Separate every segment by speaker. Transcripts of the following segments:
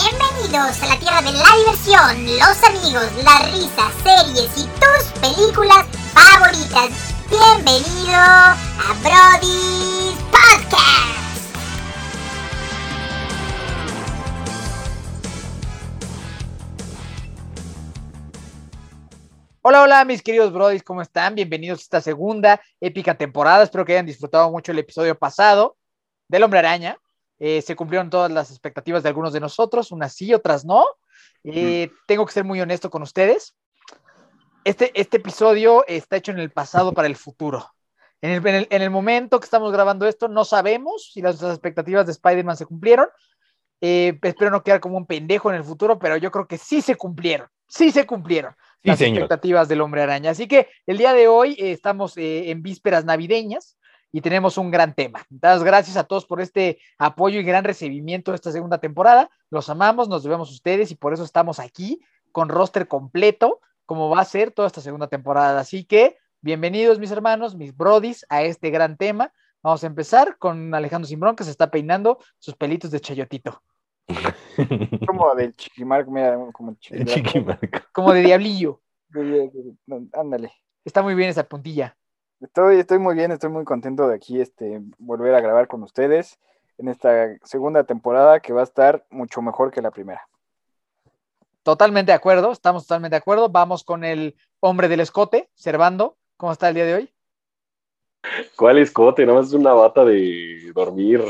Speaker 1: Bienvenidos a la tierra de la diversión, los amigos, las risas, series y tus películas favoritas. Bienvenido a Brody's Podcast.
Speaker 2: Hola, hola, mis queridos brodis, ¿cómo están? Bienvenidos a esta segunda épica temporada. Espero que hayan disfrutado mucho el episodio pasado del Hombre Araña. Eh, se cumplieron todas las expectativas de algunos de nosotros, unas sí, otras no. Eh, Tengo que ser muy honesto con ustedes. Este, este episodio está hecho en el pasado para el futuro. En el, en el- en el momento que estamos grabando esto, no sabemos si las, las expectativas de Spider-Man se cumplieron. Eh, espero no quedar como un pendejo en el futuro, pero yo creo que sí se cumplieron. Sí se cumplieron
Speaker 3: Sí,
Speaker 2: las
Speaker 3: señor.
Speaker 2: expectativas del hombre araña. Así que el día de hoy eh, estamos eh, en vísperas navideñas y tenemos un gran tema. Entonces, gracias a todos por este apoyo y gran recibimiento de esta segunda temporada. Los amamos, nos debemos a ustedes y por eso estamos aquí con roster completo, como va a ser toda esta segunda temporada. Así que bienvenidos mis hermanos, mis brodis, a este gran tema. Vamos a empezar con Alejandro Simbrón, que se está peinando sus pelitos de chayotito,
Speaker 4: como del Chiquimarco, mira, como el
Speaker 3: El
Speaker 4: Chiquimarco.
Speaker 3: Chiqui Marco.
Speaker 2: como de diablillo.
Speaker 4: No, Ándale.
Speaker 2: Está muy bien esa puntilla.
Speaker 4: Estoy, estoy muy bien, estoy muy contento de aquí este, volver a grabar con ustedes en esta segunda temporada que va a estar mucho mejor que la primera.
Speaker 2: Totalmente de acuerdo, estamos totalmente de acuerdo. Vamos con el hombre del escote, Servando. ¿Cómo está el día de hoy?
Speaker 5: ¿Cuál escote? Nada más es una bata de dormir.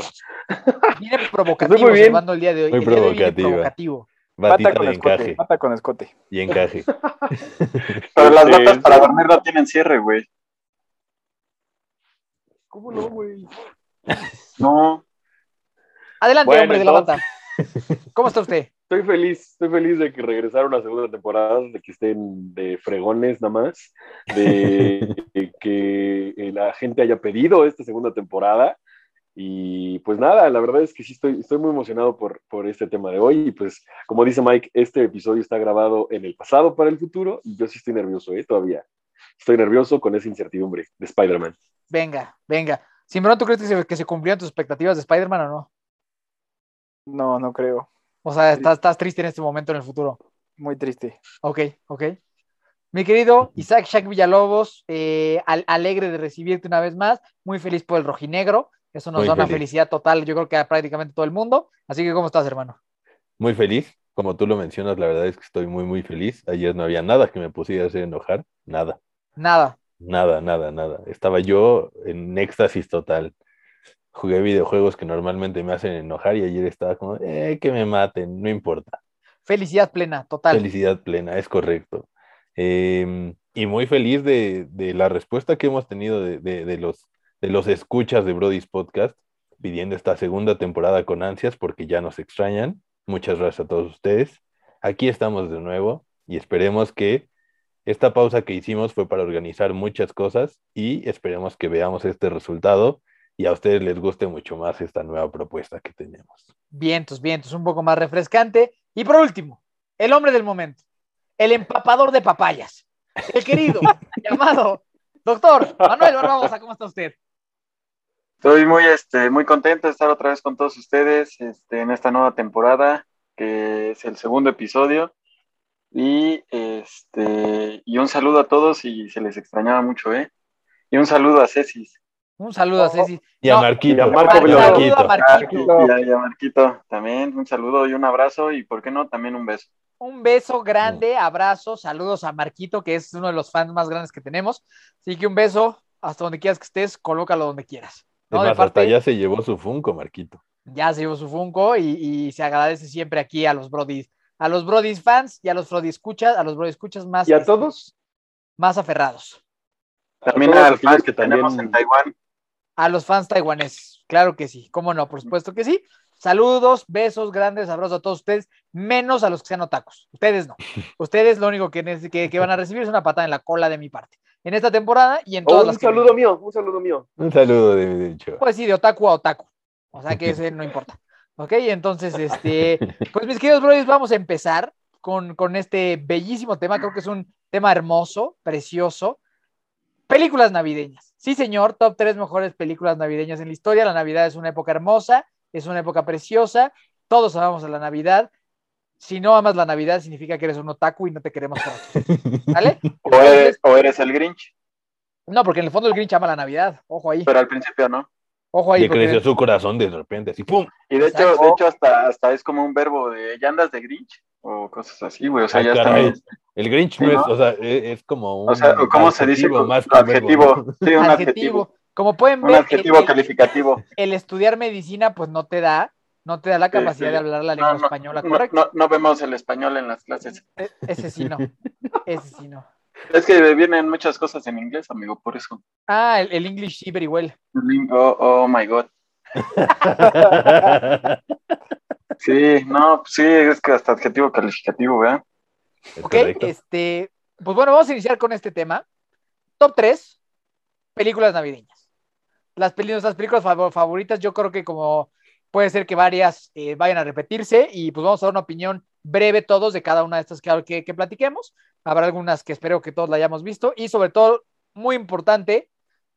Speaker 2: Viene provocativo,
Speaker 5: muy bien.
Speaker 2: Servando, el día de hoy.
Speaker 3: Muy
Speaker 2: El día de hoy viene
Speaker 3: provocativa.
Speaker 2: provocativo.
Speaker 3: Batita
Speaker 4: con
Speaker 3: de
Speaker 4: escote,
Speaker 3: encaje
Speaker 4: mata con escote.
Speaker 3: y encaje.
Speaker 6: Pero las
Speaker 5: Este,
Speaker 6: batas para dormir no tienen cierre, güey.
Speaker 4: ¿Cómo no, güey?
Speaker 6: No.
Speaker 2: Adelante,
Speaker 5: Bueno,
Speaker 2: hombre de la bata. ¿Cómo está usted?
Speaker 5: Estoy feliz, estoy feliz de que regresaron a segunda temporada, de que estén de fregones nada más, de, de que la gente haya pedido esta segunda temporada. Y pues nada, la verdad es que sí estoy, estoy muy emocionado por, por este tema de hoy. Y pues, como dice Mike, este episodio está grabado en el pasado para el futuro. Y yo sí estoy nervioso, ¿eh? Todavía. Estoy nervioso con esa incertidumbre de Spider-Man.
Speaker 2: Venga, venga. Simbrón, ¿tú crees que se, que se cumplieron tus expectativas de Spider-Man o no?
Speaker 4: No, no creo.
Speaker 2: O sea, estás, estás triste en este momento en el futuro.
Speaker 4: Muy triste.
Speaker 2: Ok, ok. Mi querido Isaac Shaq Villalobos, eh, al- alegre de recibirte una vez más, muy feliz por el rojinegro. Eso nos
Speaker 3: Muy
Speaker 2: da una
Speaker 3: feliz.
Speaker 2: felicidad total, yo creo que a prácticamente todo el mundo. Así que, ¿cómo estás, hermano?
Speaker 3: Muy feliz. Como tú lo mencionas, la verdad es que estoy muy, muy feliz. Ayer no había nada que me pusiera a hacer enojar. Nada,
Speaker 2: Nada.
Speaker 3: nada, nada, nada. Estaba yo en éxtasis total. Jugué videojuegos que normalmente me hacen enojar y ayer estaba como, eh, que me maten, no importa.
Speaker 2: Felicidad plena, total.
Speaker 3: Felicidad plena, es correcto. Eh, y muy feliz de, de la respuesta que hemos tenido de, de- de los, de los escuchas de Brody's Podcast, pidiendo esta segunda temporada con ansias porque ya nos extrañan. Muchas gracias a todos ustedes. Aquí estamos de nuevo y esperemos que esta pausa que hicimos fue para organizar muchas cosas y esperemos que veamos este resultado y a ustedes les guste mucho más esta nueva propuesta que tenemos.
Speaker 2: Vientos, vientos, un poco más refrescante. Y por último, el hombre del momento, el empapador de papayas, el querido, llamado doctor Manuel Barbosa, ¿cómo está usted?
Speaker 6: Estoy muy, este, muy contento de estar otra vez con todos ustedes este, en esta nueva temporada, que es el segundo episodio. Y, este, y un saludo a todos y se les extrañaba mucho, ¿eh? Y un saludo a Cecis.
Speaker 2: Un salulo a Ceci.
Speaker 3: Y a
Speaker 2: No,
Speaker 3: Marquito.
Speaker 5: y a Marco
Speaker 2: Un
Speaker 5: Marquito.
Speaker 2: saludo a
Speaker 3: Veloquito.
Speaker 2: Marquito.
Speaker 6: Y a, y a Marquito también. Un saludo y un abrazo y, ¿por qué no? También un beso.
Speaker 2: Un beso grande, abrazo, saludos a Marquito, que es uno de los fans más grandes que tenemos. Así que un beso, hasta donde quieras que estés, colócalo donde quieras. ¿no? de
Speaker 3: Además,
Speaker 2: parte,
Speaker 3: hasta
Speaker 2: ya...
Speaker 3: ya se llevó su Funko, Marquito.
Speaker 2: se llevó su Funko y, y se agradece siempre aquí a los Brodis, a los Brodis fans y a los Brody escuchas, a los Brody escuchas más,
Speaker 5: Y a
Speaker 2: este,
Speaker 5: todos,
Speaker 2: más aferrados,
Speaker 6: También
Speaker 5: todos
Speaker 6: al
Speaker 5: aquellos
Speaker 6: fan
Speaker 5: que
Speaker 6: que
Speaker 5: también-
Speaker 6: tenemos en Taiwán.
Speaker 2: a los fans taiwaneses. Claro que sí, cómo no, por supuesto que sí. Saludos, besos grandes, abrazos a todos ustedes, menos a los que sean otacos. Ustedes no. Ustedes lo único que, neces- que, que van a recibir es una patada en la cola de mi parte. En esta temporada y en
Speaker 5: Oh,
Speaker 2: todas
Speaker 5: un
Speaker 2: las que
Speaker 5: saludo mío, un saludo mío.
Speaker 3: Un saludo de, de Ochoa.
Speaker 2: Pues sí, de otaku a otaku. O sea que ese no importa. ¿Ok? Entonces, este, pues mis queridos brothers, vamos a empezar con, con este bellísimo tema. Creo que es un tema hermoso, precioso. Películas navideñas. Sí, señor, top tres mejores películas navideñas en la historia. La Navidad es una época hermosa, es una época preciosa. Todos amamos a la Navidad. Si no amas la Navidad, significa que eres un otaku y no te queremos por aquí, ¿Sale?
Speaker 6: O eres, o eres el Grinch,
Speaker 2: No, porque en el fondo el Grinch ama la Navidad. Ojo ahí.
Speaker 6: pero al principio no.
Speaker 2: Ojo ahí.
Speaker 3: Le
Speaker 2: porque-
Speaker 3: creció su corazón de repente, así ¡pum!
Speaker 6: Y de hecho,
Speaker 2: Exacto.
Speaker 6: de hecho hasta, hasta es como un verbo de ya andas de Grinch o cosas así, güey. O sea,
Speaker 3: Ah,
Speaker 6: ya está.
Speaker 3: caray. El Grinch no
Speaker 6: Sí,
Speaker 3: es,
Speaker 6: ¿no?
Speaker 3: o sea, e- es, como un.
Speaker 6: O sea, o ¿cómo se dice?
Speaker 3: adjetivo más que un verbo, ¿no?
Speaker 6: adjetivo. Sí, un adjetivo.
Speaker 2: adjetivo. Como pueden
Speaker 6: Un
Speaker 2: ver,
Speaker 6: adjetivo
Speaker 2: el- el-
Speaker 6: calificativo.
Speaker 2: el estudiar medicina pues no te da, no te da la capacidad
Speaker 6: sí.
Speaker 2: de hablar la
Speaker 6: No,
Speaker 2: lengua
Speaker 6: no,
Speaker 2: española
Speaker 6: No,
Speaker 2: correcta.
Speaker 6: no, no vemos el español en las clases.
Speaker 2: E- Ese sí no, ese sí no.
Speaker 6: Es que vienen muchas cosas en inglés, amigo, por eso.
Speaker 2: Ah, el, el English sí, very well.
Speaker 6: Oh, oh my God. Sí, no, sí, es que hasta adjetivo calificativo, ¿verdad?
Speaker 3: Es
Speaker 2: Ok,
Speaker 3: correcto.
Speaker 2: este, pues bueno, vamos a iniciar con este tema. Top 3, películas navideñas. Las peli- nuestras películas fav- favoritas, yo creo que como puede ser que varias eh, vayan a repetirse y pues vamos a dar una opinión breve todos de cada una de estas que, que, que platiquemos. Habrá algunas que espero que todos la hayamos visto y sobre todo, muy importante,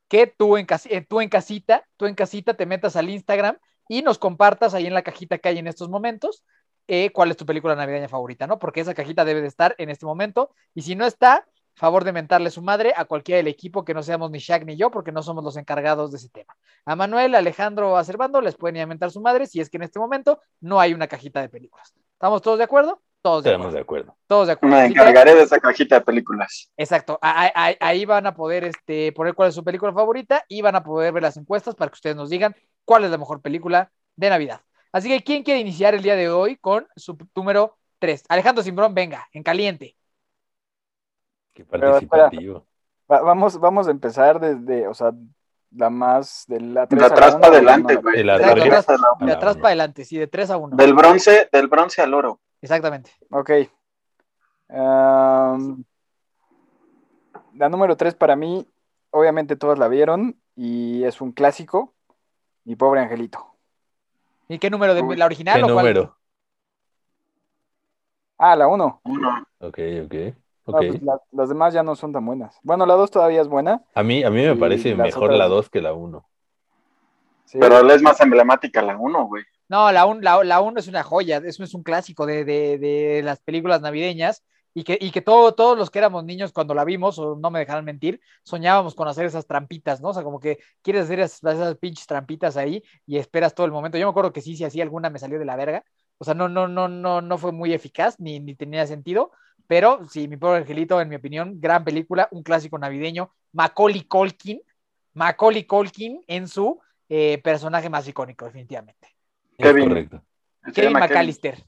Speaker 2: que tú en, casi- eh, tú en casita, tú en casita te metas al Instagram y nos compartas ahí en la cajita que hay en estos momentos eh, cuál es tu película navideña favorita, ¿no? Porque esa cajita debe de estar en este momento. Y si no está, favor de mentarle su madre a cualquiera del equipo que no seamos ni Shaq ni yo, porque no somos los encargados de ese tema. A Manuel, a Alejandro o a Servando les pueden ir a mentar su madre si es que en este momento no hay una cajita de películas. ¿Estamos todos de acuerdo? Todos de
Speaker 3: Estamos
Speaker 2: acuerdo.
Speaker 3: de acuerdo.
Speaker 2: Todos de acuerdo.
Speaker 6: Me
Speaker 2: Así que-
Speaker 6: encargaré de esa cajita de películas.
Speaker 2: Exacto, a- a- a- ahí van a poder este, poner cuál es su película favorita y van a poder ver las encuestas para que ustedes nos digan cuál es la mejor película de Navidad. Así que, ¿quién quiere iniciar el día de hoy con su p- número 3? Alejandro Simbrón, venga, en caliente.
Speaker 3: Qué
Speaker 4: Pero espera.
Speaker 3: participativo.
Speaker 4: Va- vamos, vamos a empezar desde, o sea, la más de la
Speaker 6: De
Speaker 4: tres a la
Speaker 6: atrás
Speaker 4: una,
Speaker 6: para
Speaker 4: o la
Speaker 6: adelante,
Speaker 4: una a la-
Speaker 6: güey.
Speaker 3: El
Speaker 6: De
Speaker 2: atrás.
Speaker 6: atrás para adelante.
Speaker 2: De
Speaker 3: Ah,
Speaker 2: atrás
Speaker 3: bueno.
Speaker 2: para adelante, sí, de 3 a 1.
Speaker 6: Del bronce, del bronce al oro.
Speaker 2: Exactamente.
Speaker 4: Ok. Am, la número 3 para mí, obviamente todas la vieron y es un clásico. Mi pobre angelito.
Speaker 2: ¿Y qué número de
Speaker 6: Uy,
Speaker 2: la original?
Speaker 3: ¿Qué
Speaker 2: o cuál?
Speaker 3: número?
Speaker 4: Ah, la 1.
Speaker 6: Uno.
Speaker 3: Ok, ok. ok.
Speaker 2: pues,
Speaker 4: las demás ya no son tan buenas. Bueno, la 2 todavía es buena.
Speaker 3: A mí, a mí me
Speaker 4: Y
Speaker 3: parece
Speaker 4: las
Speaker 3: mejor
Speaker 4: otras-
Speaker 3: la 2 que la 1.
Speaker 4: sí.
Speaker 6: Pero es más emblemática la uno, güey.
Speaker 2: No, la 1 la, la uno es una joya, eso es un clásico de, de- de las películas navideñas y que, y que todo, todos los que éramos niños cuando la vimos, o no me dejarán mentir, soñábamos con hacer esas trampitas, ¿no? O sea, como que quieres hacer esas, esas pinches trampitas ahí y esperas todo el momento. Yo me acuerdo que sí, si hacía alguna me salió de la verga. O sea, no, no, no, no, no fue muy eficaz ni, ni tenía sentido, pero sí, mi pobre angelito, en mi opinión, gran película, un clásico navideño, Macaulay Colkin, Macaulay Colkin en su eh, personaje más icónico, definitivamente.
Speaker 6: Kevin.
Speaker 3: Correcto.
Speaker 6: Se
Speaker 2: Kevin
Speaker 6: llama
Speaker 2: McAllister.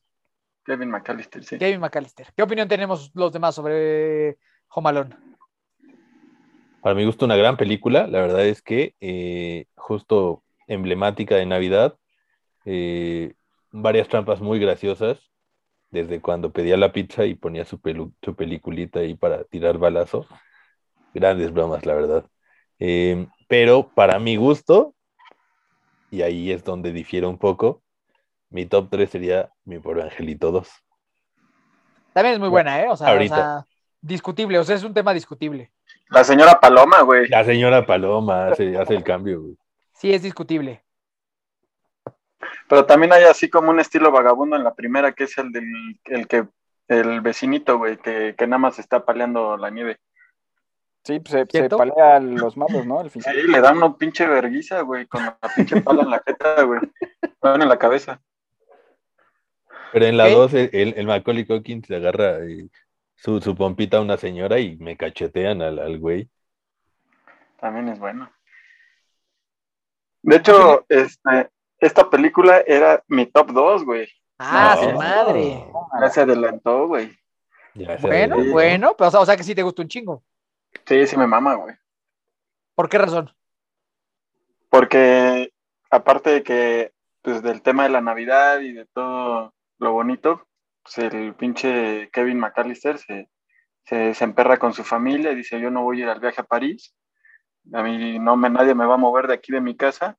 Speaker 6: Kevin McAllister, sí.
Speaker 2: Kevin McAllister. ¿Qué opinión tenemos los demás sobre Jomalón?
Speaker 3: Para mi gusto, una gran película. La verdad es que eh, justo emblemática de Navidad. eh, varias trampas muy graciosas. Desde cuando pedía la pizza y ponía su, pelu- su peliculita ahí para tirar balazo. Grandes bromas, la verdad. Eh, pero para mi gusto, y ahí es donde difiere un poco, mi top 3 sería Mi Pobre Angelito 2.
Speaker 2: También es muy buena, ¿eh? O sea,
Speaker 3: Ahorita.
Speaker 2: o sea, discutible, o sea, es un tema discutible.
Speaker 6: La señora Paloma, güey.
Speaker 3: La señora Paloma hace, hace el cambio, güey.
Speaker 2: Sí, es discutible.
Speaker 6: Pero también hay así como un estilo vagabundo en la primera, que es el del el que el vecinito, güey, que, que nada más está paleando la nieve.
Speaker 4: Sí, pues, se, se
Speaker 2: ¿Cierto?
Speaker 4: palea a los malos, ¿no? Al
Speaker 6: Sí,
Speaker 4: final.
Speaker 6: le da una pinche verguiza, güey, con la pinche pala en la jeta, güey. Bueno, en la cabeza.
Speaker 3: Pero en la
Speaker 2: Ok.
Speaker 3: 2, el, el Macaulay Culkin se agarra eh, su, su pompita a una señora y me cachetean al, al güey.
Speaker 6: También es bueno. De hecho, este, esta película era mi top 2, güey.
Speaker 2: Ah,
Speaker 3: No.
Speaker 2: su madre.
Speaker 6: Ya se adelantó, güey.
Speaker 3: Ya eh, se
Speaker 2: Bueno,
Speaker 3: adelantó.
Speaker 2: bueno, pero, o, sea, o sea que sí te gusta un chingo.
Speaker 6: Sí, sí me mama, güey.
Speaker 2: ¿Por qué razón?
Speaker 6: Porque aparte de que, pues del tema de la Navidad y de todo lo bonito, pues el pinche Kevin McAllister se, se, se emperra con su familia y dice, yo no voy a ir al viaje a París, a mí no me, nadie me va a mover de aquí de mi casa,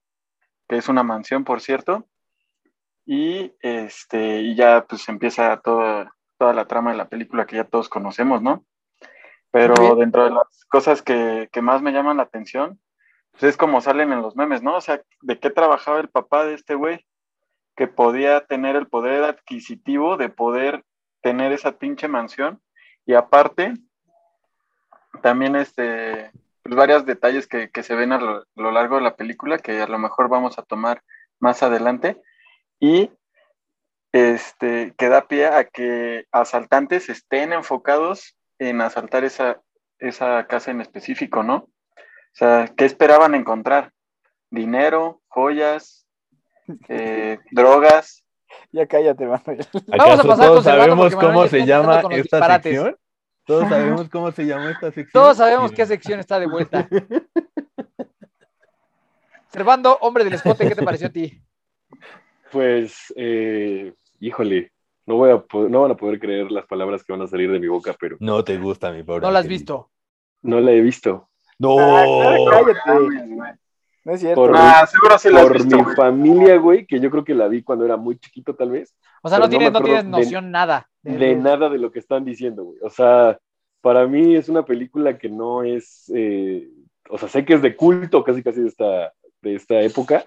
Speaker 6: que es una mansión, por cierto, y, este, y ya pues empieza toda, toda la trama de la película que ya todos conocemos, ¿no?
Speaker 2: Muy
Speaker 6: Pero
Speaker 2: bien.
Speaker 6: dentro de las cosas que, que más me llaman la atención, pues es como salen en los memes, ¿no? O sea, ¿de qué trabajaba el papá de este güey? que podía tener el poder adquisitivo de poder tener esa pinche mansión. Y aparte, también este, pues varios detalles que, que se ven a lo, lo largo de la película que a lo mejor vamos a tomar más adelante. Y este, que da pie a que asaltantes estén enfocados en asaltar esa, esa casa en específico, ¿no? O sea, ¿qué esperaban encontrar? Dinero, joyas, eh, drogas.
Speaker 4: Ya cállate, Manuel.
Speaker 2: pues, Vamos a
Speaker 3: ¿Acaso
Speaker 2: pasar con Silvano
Speaker 3: todos sabemos
Speaker 2: porque Manuel
Speaker 3: cómo
Speaker 2: está
Speaker 3: se
Speaker 2: empezando
Speaker 3: llama
Speaker 2: con los
Speaker 3: esta
Speaker 2: disparates.
Speaker 3: sección? Todos sabemos cómo se llama esta sección.
Speaker 2: Todos sabemos qué
Speaker 3: se
Speaker 2: sección está de vuelta. Servando, hombre del escote, ¿qué te pareció a ti?
Speaker 5: Pues, eh, híjole, no, voy a po- no van a poder creer las palabras que van a salir de mi boca, pero
Speaker 3: No te gusta, mi pobre.
Speaker 2: No la has Ah,
Speaker 3: angelito.
Speaker 2: visto.
Speaker 5: no la he visto.
Speaker 3: No.
Speaker 4: Cállate. No es cierto.
Speaker 5: Oh. Por-
Speaker 6: Ah, seguro sí lo has
Speaker 5: Por
Speaker 6: visto,
Speaker 5: mi
Speaker 6: güey.
Speaker 5: familia, güey, que yo creo que la vi cuando era muy chiquito, tal vez.
Speaker 2: O sea, no
Speaker 5: Pero no
Speaker 2: tienes,
Speaker 5: me
Speaker 2: no tienes
Speaker 5: acuerdo de-
Speaker 2: noción nada. de-
Speaker 5: de nada de lo que están diciendo, güey. O sea, para mí es una película que no es, eh, o sea, sé que es de culto casi casi de esta, de esta época,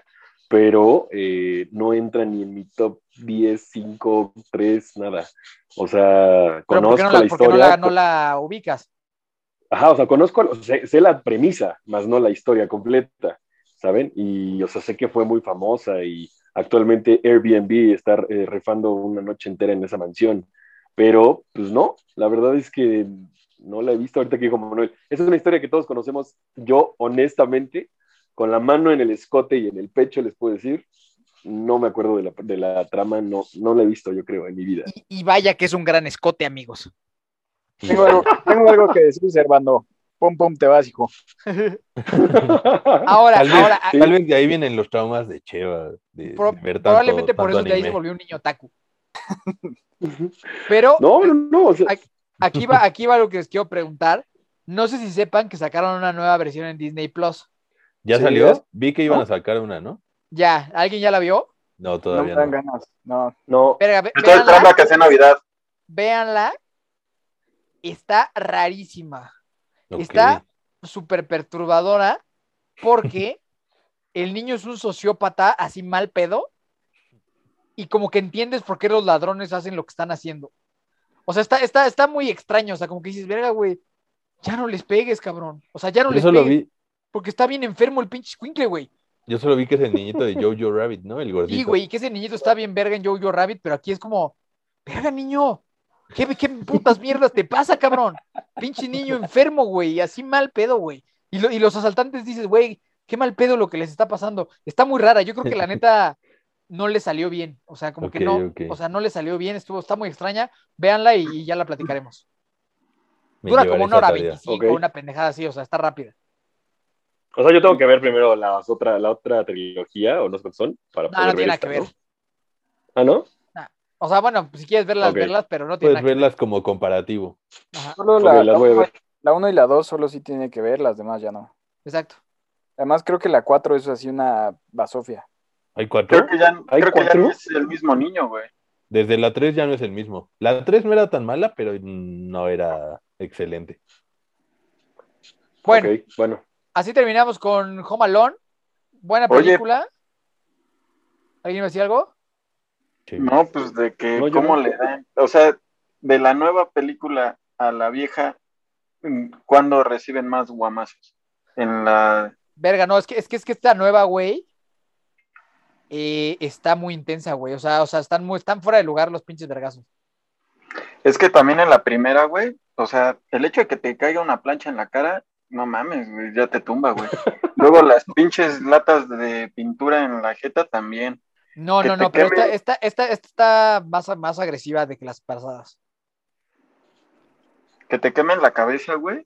Speaker 5: pero eh, no entra ni en mi top 10, 5, 3, nada. O sea,
Speaker 2: Pero ¿por
Speaker 5: conozco
Speaker 2: qué no
Speaker 5: la,
Speaker 2: la, por qué no
Speaker 5: historia.
Speaker 2: la- no la ubicas?
Speaker 5: Ajá, o sea, conozco, sé, sé la premisa, más no la historia completa, ¿saben? Y, o sea, sé que fue muy famosa y actualmente Airbnb está eh, refando una noche entera en esa mansión, pero pues no, la verdad es que no la he visto ahorita que dijo Manuel. Esa es una historia que todos conocemos, yo honestamente, con la mano en el escote y en el pecho les puedo decir, no me acuerdo de la, de la trama, no, no la he visto yo creo en mi vida.
Speaker 2: Y, y vaya que es un gran escote, amigos.
Speaker 4: Tengo algo, tengo algo que decir, Servando. Pum, pum, te vas, hijo.
Speaker 2: Ahora,
Speaker 3: Tal vez,
Speaker 2: ahora, ah, a-
Speaker 3: tal vez de ahí vienen los traumas de Cheva. De,
Speaker 2: pro-
Speaker 3: de ver tanto-
Speaker 2: probablemente por
Speaker 3: tanto
Speaker 2: eso de ahí se
Speaker 3: anime.
Speaker 2: volvió un niño taku. Pero
Speaker 5: No, no, no, o sea,
Speaker 2: aquí va, aquí va lo que les quiero preguntar. No sé si sepan que sacaron una nueva versión en Disney Plus.
Speaker 3: ¿Ya
Speaker 4: Sí, ya-
Speaker 3: salió? Vi que iban a sacar una, ¿no?
Speaker 2: Ya, ¿alguien ya la vio?
Speaker 3: No,
Speaker 4: No me
Speaker 3: todavía
Speaker 4: dan
Speaker 3: no.
Speaker 4: ganas. No.
Speaker 5: no,
Speaker 2: Verga, ve-
Speaker 6: Estoy esperando
Speaker 2: véanla,
Speaker 6: a que sea Navidad.
Speaker 2: véanla. Está rarísima.
Speaker 3: Ok.
Speaker 2: Está- súper perturbadora porque el niño es un sociópata así mal pedo y como que entiendes por qué los ladrones hacen lo que están haciendo. O sea, está, está, está muy extraño, o sea, como que dices, verga, güey, ya no les pegues, cabrón. O sea, ya no
Speaker 3: Yo
Speaker 2: les
Speaker 3: solo
Speaker 2: pegues
Speaker 3: vi,
Speaker 2: porque está bien enfermo el pinche escuincle, güey.
Speaker 3: yo solo vi que es el niñito de Jojo Rabbit, ¿no? El gordito.
Speaker 2: Sí, güey, y que ese niñito está bien verga en Jojo Rabbit, pero aquí es como, verga, niño, ¿qué, qué putas mierdas te pasa, cabrón? Pinche niño enfermo, güey, y así mal pedo, güey. Y, lo- y los asaltantes dices, güey, qué mal pedo lo que les está pasando. Está muy rara, yo creo que la neta no le salió bien, o sea, como que
Speaker 3: Ok,
Speaker 2: no,
Speaker 3: ok.
Speaker 2: o sea, no le salió bien, estuvo, está muy extraña, véanla y, y ya la platicaremos.
Speaker 3: Me
Speaker 2: Dura
Speaker 3: llevaré
Speaker 2: como una
Speaker 3: esa
Speaker 2: hora
Speaker 3: tarea.
Speaker 2: 25,
Speaker 5: Ok.
Speaker 2: una pendejada así, o sea, está rápida.
Speaker 5: O sea, yo tengo que ver primero las otra, la otra trilogía, o no sé cuántos son, para
Speaker 2: No,
Speaker 5: poder
Speaker 2: no tiene
Speaker 5: ver
Speaker 2: nada
Speaker 5: esta,
Speaker 2: que ver.
Speaker 5: ¿no? Ah, ¿no?
Speaker 2: O sea, bueno, pues, si quieres verlas,
Speaker 5: Ok.
Speaker 2: verlas, pero no tiene
Speaker 3: Puedes
Speaker 2: nada que ver.
Speaker 3: verlas como comparativo.
Speaker 2: Ajá,
Speaker 4: Solo
Speaker 5: Ok,
Speaker 4: la,
Speaker 5: las voy a ver.
Speaker 4: la 1 y la 2 solo sí tiene que ver, las demás ya no.
Speaker 2: exacto.
Speaker 4: Además, creo que la 4 es así una basofia.
Speaker 3: ¿Hay cuatro?
Speaker 6: Creo que ya,
Speaker 5: ¿Hay
Speaker 6: creo que ya
Speaker 5: cuatro?
Speaker 6: no es el mismo niño, güey.
Speaker 3: Desde la 3 ya no es el mismo. La 3 no era tan mala, pero no era excelente.
Speaker 2: Bueno.
Speaker 5: Ok, bueno.
Speaker 2: así terminamos con Home Alone. Buena
Speaker 6: Oye.
Speaker 2: película. ¿Alguien me decía algo?
Speaker 3: Sí.
Speaker 6: No, pues de que
Speaker 5: No, yo
Speaker 6: cómo
Speaker 5: no.
Speaker 6: le dan, o sea, de la nueva película a la vieja, mm, ¿cuándo reciben más guamazos? En la
Speaker 2: Verga, no, es que es que, es que esta nueva, güey, eh, está muy intensa, güey. O sea, o sea, están muy, están fuera de lugar los pinches vergazos.
Speaker 6: es que también en la primera, güey, o sea, el hecho de que te caiga una plancha en la cara, no mames, güey, ya te tumba, güey. Luego las pinches latas de pintura en la jeta también.
Speaker 2: No,
Speaker 6: Que
Speaker 2: no,
Speaker 6: te
Speaker 2: no, pero
Speaker 6: queme.
Speaker 2: esta, esta, esta, esta está más, más agresiva de que las pasadas.
Speaker 6: Que te quemen la cabeza, güey.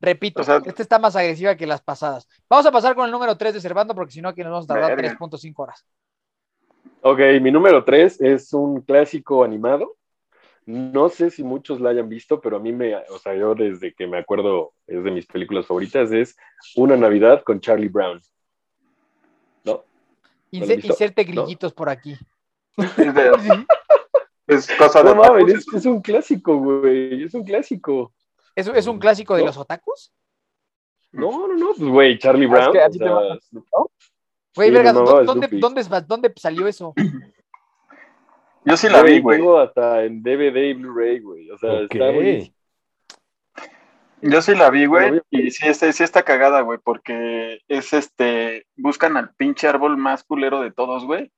Speaker 2: Repito,
Speaker 6: O sea-
Speaker 2: esta está más agresiva que las pasadas. Vamos a pasar con el número 3 de Servando, porque si no, aquí nos vamos a tardar
Speaker 6: Verga.
Speaker 2: 3.5 horas.
Speaker 5: Ok, mi número tres es un clásico animado. No sé si muchos la hayan visto, pero a mí me, o sea, yo desde que me acuerdo es de mis películas favoritas, es Una Navidad con Charlie Brown. ¿No lo
Speaker 2: Inse-
Speaker 5: has visto?
Speaker 2: inserte grillitos por aquí.
Speaker 6: Es, de- es cosa Ah, de
Speaker 5: No mames,
Speaker 6: tacos.
Speaker 5: es, es un clásico, güey, es un clásico.
Speaker 2: ¿Es, es un clásico de
Speaker 5: No.
Speaker 2: los otakus?
Speaker 5: No, no, no, pues güey, Charlie
Speaker 4: Ah, es
Speaker 5: Brown.
Speaker 4: que a
Speaker 5: o
Speaker 4: ti te
Speaker 5: sea,
Speaker 4: va-
Speaker 2: Güey,
Speaker 5: Sí,
Speaker 2: vergas,
Speaker 5: me
Speaker 2: ¿dó-
Speaker 5: mamaba
Speaker 2: ¿dónde,
Speaker 5: Snoopy.
Speaker 2: dónde, dónde salió eso?
Speaker 6: Yo sí la vi, güey.
Speaker 5: Tengo hasta en DVD y Blu-ray, güey. O sea,
Speaker 3: Ok.
Speaker 5: está buenísimo.
Speaker 6: Yo sí la vi,
Speaker 5: La
Speaker 6: güey.
Speaker 5: vi.
Speaker 6: Y sí, este, sí está cagada, güey, porque es este, buscan al pinche árbol más culero de todos, güey.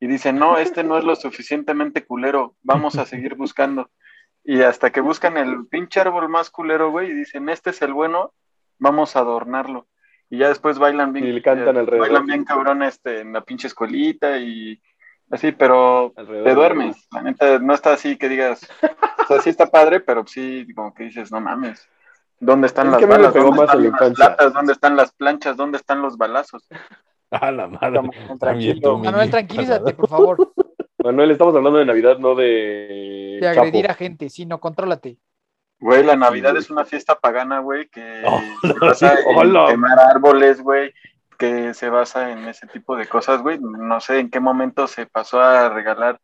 Speaker 6: Y dicen, no, este no es lo suficientemente culero, vamos a seguir buscando. Y hasta que buscan el pinche árbol más culero, güey, y dicen, este es el bueno, vamos a adornarlo. Y ya después bailan bien. eh,
Speaker 5: Y le cantan alrededor.
Speaker 6: Bailan bien cabrón este, en la pinche escuelita y así, pero
Speaker 5: Alrededor
Speaker 6: te
Speaker 5: de-
Speaker 6: duermes. La neta, no está así que digas, o sea, sí está padre, pero sí, como que dices, no mames. ¿Dónde están
Speaker 5: Es
Speaker 6: las
Speaker 5: que a mí me
Speaker 6: balas?
Speaker 5: pegó
Speaker 6: ¿Dónde
Speaker 5: más en
Speaker 6: están
Speaker 5: la
Speaker 6: las
Speaker 5: infancia.
Speaker 6: latas? ¿Dónde están las planchas? ¿Dónde están los balazos?
Speaker 3: A la madre.
Speaker 4: Tranquilo.
Speaker 3: También tú,
Speaker 2: Manuel,
Speaker 3: Mini.
Speaker 2: tranquilízate, por favor.
Speaker 5: Manuel, estamos hablando de Navidad, no de.
Speaker 2: De
Speaker 5: Chapo.
Speaker 2: agredir a gente, sí, no, contrólate.
Speaker 6: Güey, la Navidad
Speaker 5: güey.
Speaker 6: es una fiesta pagana, güey, que
Speaker 3: Oh,
Speaker 6: se basa en
Speaker 3: hola.
Speaker 6: quemar árboles, güey, que se basa en ese tipo de cosas, güey. No sé en qué momento se pasó a regalar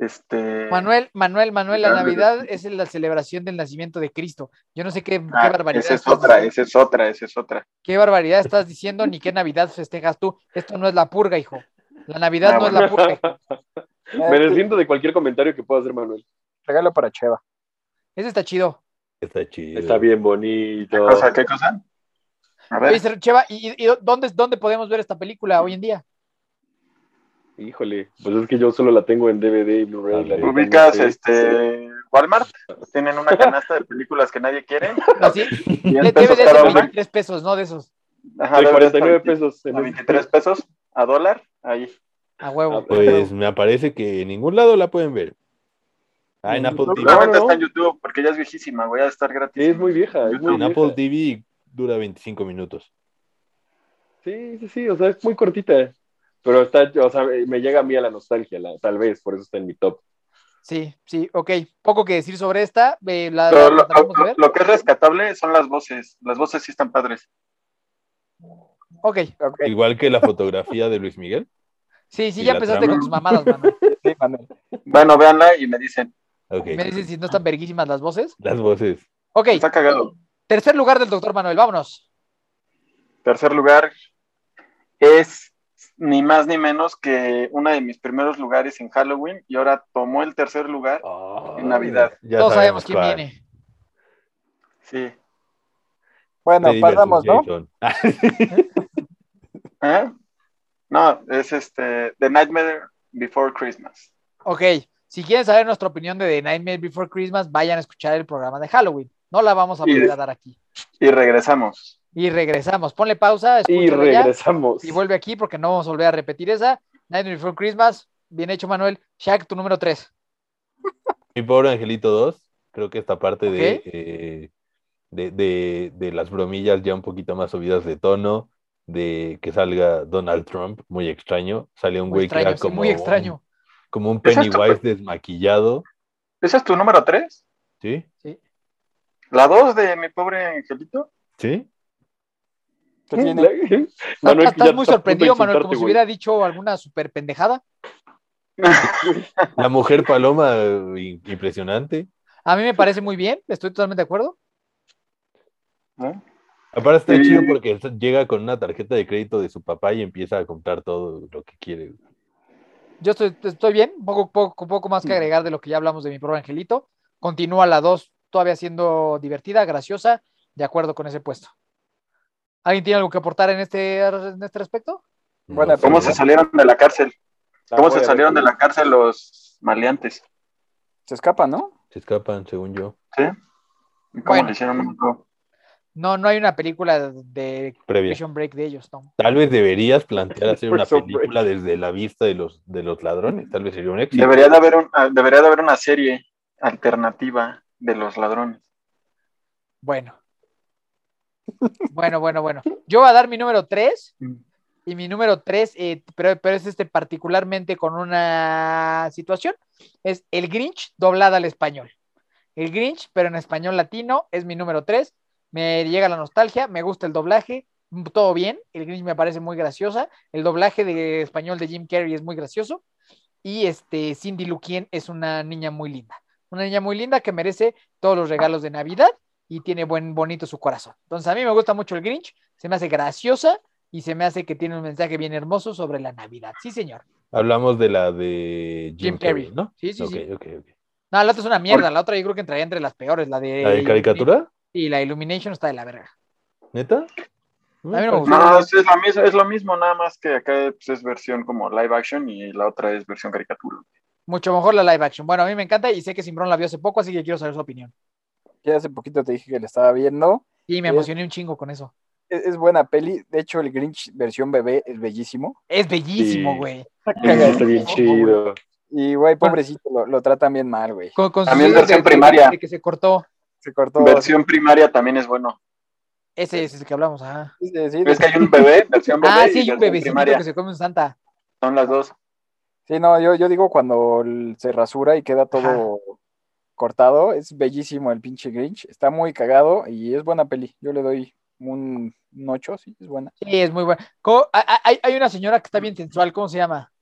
Speaker 6: este.
Speaker 2: Manuel, Manuel, Manuel, la
Speaker 6: Grande.
Speaker 2: Navidad es la celebración del nacimiento de Cristo. Yo no sé qué,
Speaker 6: Ah,
Speaker 2: qué barbaridad.
Speaker 6: esa es
Speaker 2: estás
Speaker 6: otra,
Speaker 2: diciendo.
Speaker 6: esa es otra, esa es otra.
Speaker 2: ¿Qué barbaridad estás diciendo ni qué Navidad festejas tú? Esto no es la purga, hijo. La Navidad
Speaker 6: Ah,
Speaker 2: no es la purga. hijo.
Speaker 5: Me deslindo de cualquier comentario que pueda hacer Manuel.
Speaker 4: Eh, Regalo para Cheva.
Speaker 2: Ese está chido.
Speaker 3: Está chido.
Speaker 5: Está bien bonito.
Speaker 6: ¿Qué cosa? ¿Qué cosa? A ver.
Speaker 2: Oye, Ser- Cheva, ¿y, y- y dónde, dónde podemos ver esta película hoy en día?
Speaker 5: Híjole, pues es que yo solo la tengo en DVD y Blu-ray. la neta, no
Speaker 6: Ubicas
Speaker 5: sé.
Speaker 6: este Walmart, tienen una canasta de películas que nadie quiere.
Speaker 2: Así,
Speaker 6: Cien
Speaker 2: debe
Speaker 6: pesos
Speaker 2: de ser
Speaker 6: cada una.
Speaker 2: 23 pesos, ¿no? De esos.
Speaker 6: Ajá,
Speaker 5: De
Speaker 6: debe
Speaker 5: 49
Speaker 6: estar
Speaker 5: pesos. en
Speaker 6: A
Speaker 5: ese-
Speaker 6: 23 pesos a dólar, ahí.
Speaker 2: A huevo.
Speaker 5: Ah,
Speaker 3: Pues me aparece que en ningún lado la pueden ver. Ah, en
Speaker 5: En
Speaker 3: Apple
Speaker 5: YouTube,
Speaker 3: TV.
Speaker 5: Mm, no,
Speaker 6: Seguramente está en YouTube porque ya es viejísima, voy a estar gratis.
Speaker 5: Sí, es muy vieja. Es muy
Speaker 3: En Apple
Speaker 5: vieja.
Speaker 3: TV dura 25 minutos.
Speaker 5: Sí, sí, sí. O sea, es muy cortita. Pero está, o sea, me llega a mí a la nostalgia, la- tal vez, por eso está en mi top.
Speaker 2: Sí, sí, ok. Poco que decir sobre esta. eh, la, la-
Speaker 6: Pero lo,
Speaker 2: la tratamos de
Speaker 6: lo-
Speaker 2: ver.
Speaker 6: lo que es rescatable son las voces. Las voces sí están padres.
Speaker 2: Ok.
Speaker 4: Ok,
Speaker 3: Igual que la fotografía de Luis Miguel.
Speaker 2: Sí, sí,
Speaker 3: ¿Y
Speaker 2: ya
Speaker 3: la
Speaker 2: empezaste
Speaker 3: trama?
Speaker 2: con tus mamadas, Manuel.
Speaker 4: sí, Manuel.
Speaker 6: Bueno, véanla y me dicen.
Speaker 3: Ok.
Speaker 2: Me dices si no están verguísimas las voces.
Speaker 3: Las voces.
Speaker 2: Ok,
Speaker 6: Está cagado.
Speaker 2: tercer lugar del doctor Manuel, vámonos.
Speaker 6: Tercer lugar es ni más ni menos que uno de mis primeros lugares en Halloween y ahora tomó el tercer lugar.
Speaker 5: Ah.
Speaker 6: En Navidad.
Speaker 3: Ya
Speaker 2: Todos sabemos, quién
Speaker 3: cuál.
Speaker 2: viene.
Speaker 6: Sí.
Speaker 4: Bueno,
Speaker 3: Freddy versus
Speaker 4: pasamos, ¿no?
Speaker 3: Jason.
Speaker 6: ¿Eh? No, es este The Nightmare Before Christmas.
Speaker 2: Ok, si quieren saber nuestra opinión de The Nightmare Before Christmas, vayan a escuchar el programa de Halloween. No la vamos a
Speaker 6: Y-
Speaker 2: volver a dar aquí.
Speaker 6: Y regresamos.
Speaker 2: Y regresamos. Ponle pausa,
Speaker 5: Y
Speaker 2: escúchala ya,
Speaker 5: regresamos.
Speaker 2: y vuelve aquí porque no vamos a volver a repetir esa. Nightmare Before Christmas, bien hecho, Manuel. Shaq, tu número 3.
Speaker 3: Mi pobre Angelito 2. Creo que esta parte
Speaker 2: Ok.
Speaker 3: de, eh, de, de, de las bromillas ya un poquito más subidas de tono, de que salga Donald Trump, muy extraño. Sale un
Speaker 2: Muy
Speaker 3: güey que era
Speaker 2: extraño, sí,
Speaker 3: como,
Speaker 2: muy extraño.
Speaker 3: Un, como un
Speaker 6: Esa es tu-
Speaker 3: Pennywise desmaquillado.
Speaker 6: ¿Ese es tu número 3?
Speaker 3: ¿Sí?
Speaker 6: ¿La 2 de mi pobre angelito?
Speaker 3: ¿Sí?
Speaker 4: ¿Qué tiene?
Speaker 5: Manuel,
Speaker 2: estás muy
Speaker 5: que ya está a punto de
Speaker 2: sorprendido, Manuel, como
Speaker 5: insultarte,
Speaker 2: si
Speaker 5: güey.
Speaker 2: hubiera dicho alguna super pendejada.
Speaker 6: ¿Eh?
Speaker 3: La mujer paloma, eh, impresionante.
Speaker 2: A mí me parece muy bien, estoy totalmente de acuerdo.
Speaker 6: ¿No?
Speaker 3: Aparte está
Speaker 6: Sí.
Speaker 3: chido porque llega con una tarjeta de crédito de su papá y empieza a comprar todo lo que quiere.
Speaker 2: Yo estoy, estoy bien, poco, poco, poco más que agregar de lo que ya hablamos de mi propio angelito. Continúa la 2, todavía siendo divertida, graciosa, de acuerdo con ese puesto. ¿Alguien tiene algo que aportar en este, en este respecto?
Speaker 4: Buena
Speaker 3: sé,
Speaker 6: ¿Cómo se salieron de la cárcel?
Speaker 5: La
Speaker 6: ¿Cómo se
Speaker 5: muerte.
Speaker 6: salieron de la cárcel los maleantes?
Speaker 4: Se escapa, ¿no?
Speaker 3: se escapan, según yo.
Speaker 6: ¿Y ¿Cómo
Speaker 2: Bueno.
Speaker 6: le hicieron? No me acuerdo.
Speaker 2: No, no hay una película de
Speaker 3: Previa.
Speaker 2: Prison Break de ellos, no.
Speaker 3: Tal vez deberías plantear hacer una
Speaker 5: Prison
Speaker 3: película desde la vista de los, de los ladrones. Tal vez sería un éxito.
Speaker 6: Debería de, haber un- ah, debería de haber una serie alternativa de los ladrones.
Speaker 2: Bueno. Bueno, bueno, bueno. Yo voy a dar mi número 3. Y mi número tres, eh, pero, pero es este particularmente con una situación, es el Grinch doblada al español. El Grinch, pero en español latino, es mi número tres. Me llega la nostalgia, me gusta el doblaje, mm, todo bien. El Grinch me parece muy graciosa. El doblaje de español de Jim Carrey es muy gracioso. Y este Cindy Luquien es una niña muy linda. Una niña muy linda que merece todos los regalos de Navidad y tiene buen bonito su corazón. Entonces a mí me gusta mucho el Grinch, se me hace graciosa y se me hace que tiene un mensaje bien hermoso sobre la Navidad. Sí, señor.
Speaker 3: Hablamos de la de Jim,
Speaker 2: Jim Carrey.
Speaker 3: Carrey, ¿no?
Speaker 2: Sí, sí,
Speaker 3: ok,
Speaker 2: sí. Eh,
Speaker 3: ok, ok.
Speaker 2: No, la otra es una mierda. La otra yo creo que entraría entre las peores. La de.
Speaker 3: ¿La de caricatura?
Speaker 2: Y la Illumination está de la verga. A
Speaker 3: ¿Neta? Pues
Speaker 2: mí no me gustó.
Speaker 6: No, es, es la mis- es lo mismo, nada más que acá pues, es versión como live action y la otra es versión caricatura.
Speaker 2: Mucho mejor la live action. Bueno, a mí me encanta y sé que Simbrón la vio hace poco, así que quiero saber su opinión.
Speaker 4: Ya hace poquito te dije que la estaba viendo.
Speaker 2: Y me
Speaker 4: Sí.
Speaker 2: emocioné un chingo con eso.
Speaker 4: Es, es buena peli. De hecho, el Grinch versión bebé es bellísimo.
Speaker 2: Es bellísimo,
Speaker 5: Sí.
Speaker 2: güey.
Speaker 4: cagado.
Speaker 5: Está Ah, bien chido.
Speaker 4: Y, güey, pobrecito, lo, lo tratan bien mal, güey.
Speaker 2: Con, con sus
Speaker 6: También
Speaker 2: dedos
Speaker 6: versión
Speaker 2: de- de-
Speaker 6: primaria.
Speaker 2: de que se cortó.
Speaker 4: Se cortó.
Speaker 6: Versión primaria también es bueno.
Speaker 2: Ese es el que hablamos. ajá.
Speaker 4: Sí, sí, sí.
Speaker 6: ¿Ves que hay un bebé? Versión bebé
Speaker 2: Ah,
Speaker 6: y
Speaker 2: sí, hay un
Speaker 6: versión
Speaker 2: bebecito
Speaker 6: primaria.
Speaker 2: que se come un santa.
Speaker 6: Son las dos.
Speaker 4: Sí, no, yo, yo digo cuando el- se rasura y queda todo cortado, es bellísimo el pinche Grinch. Está muy cagado y es buena peli. Yo le doy un, 8, sí, es buena.
Speaker 2: Sí, es muy bueno. Co- hay- Hay, hay una señora que está bien sensual, ¿cómo se llama?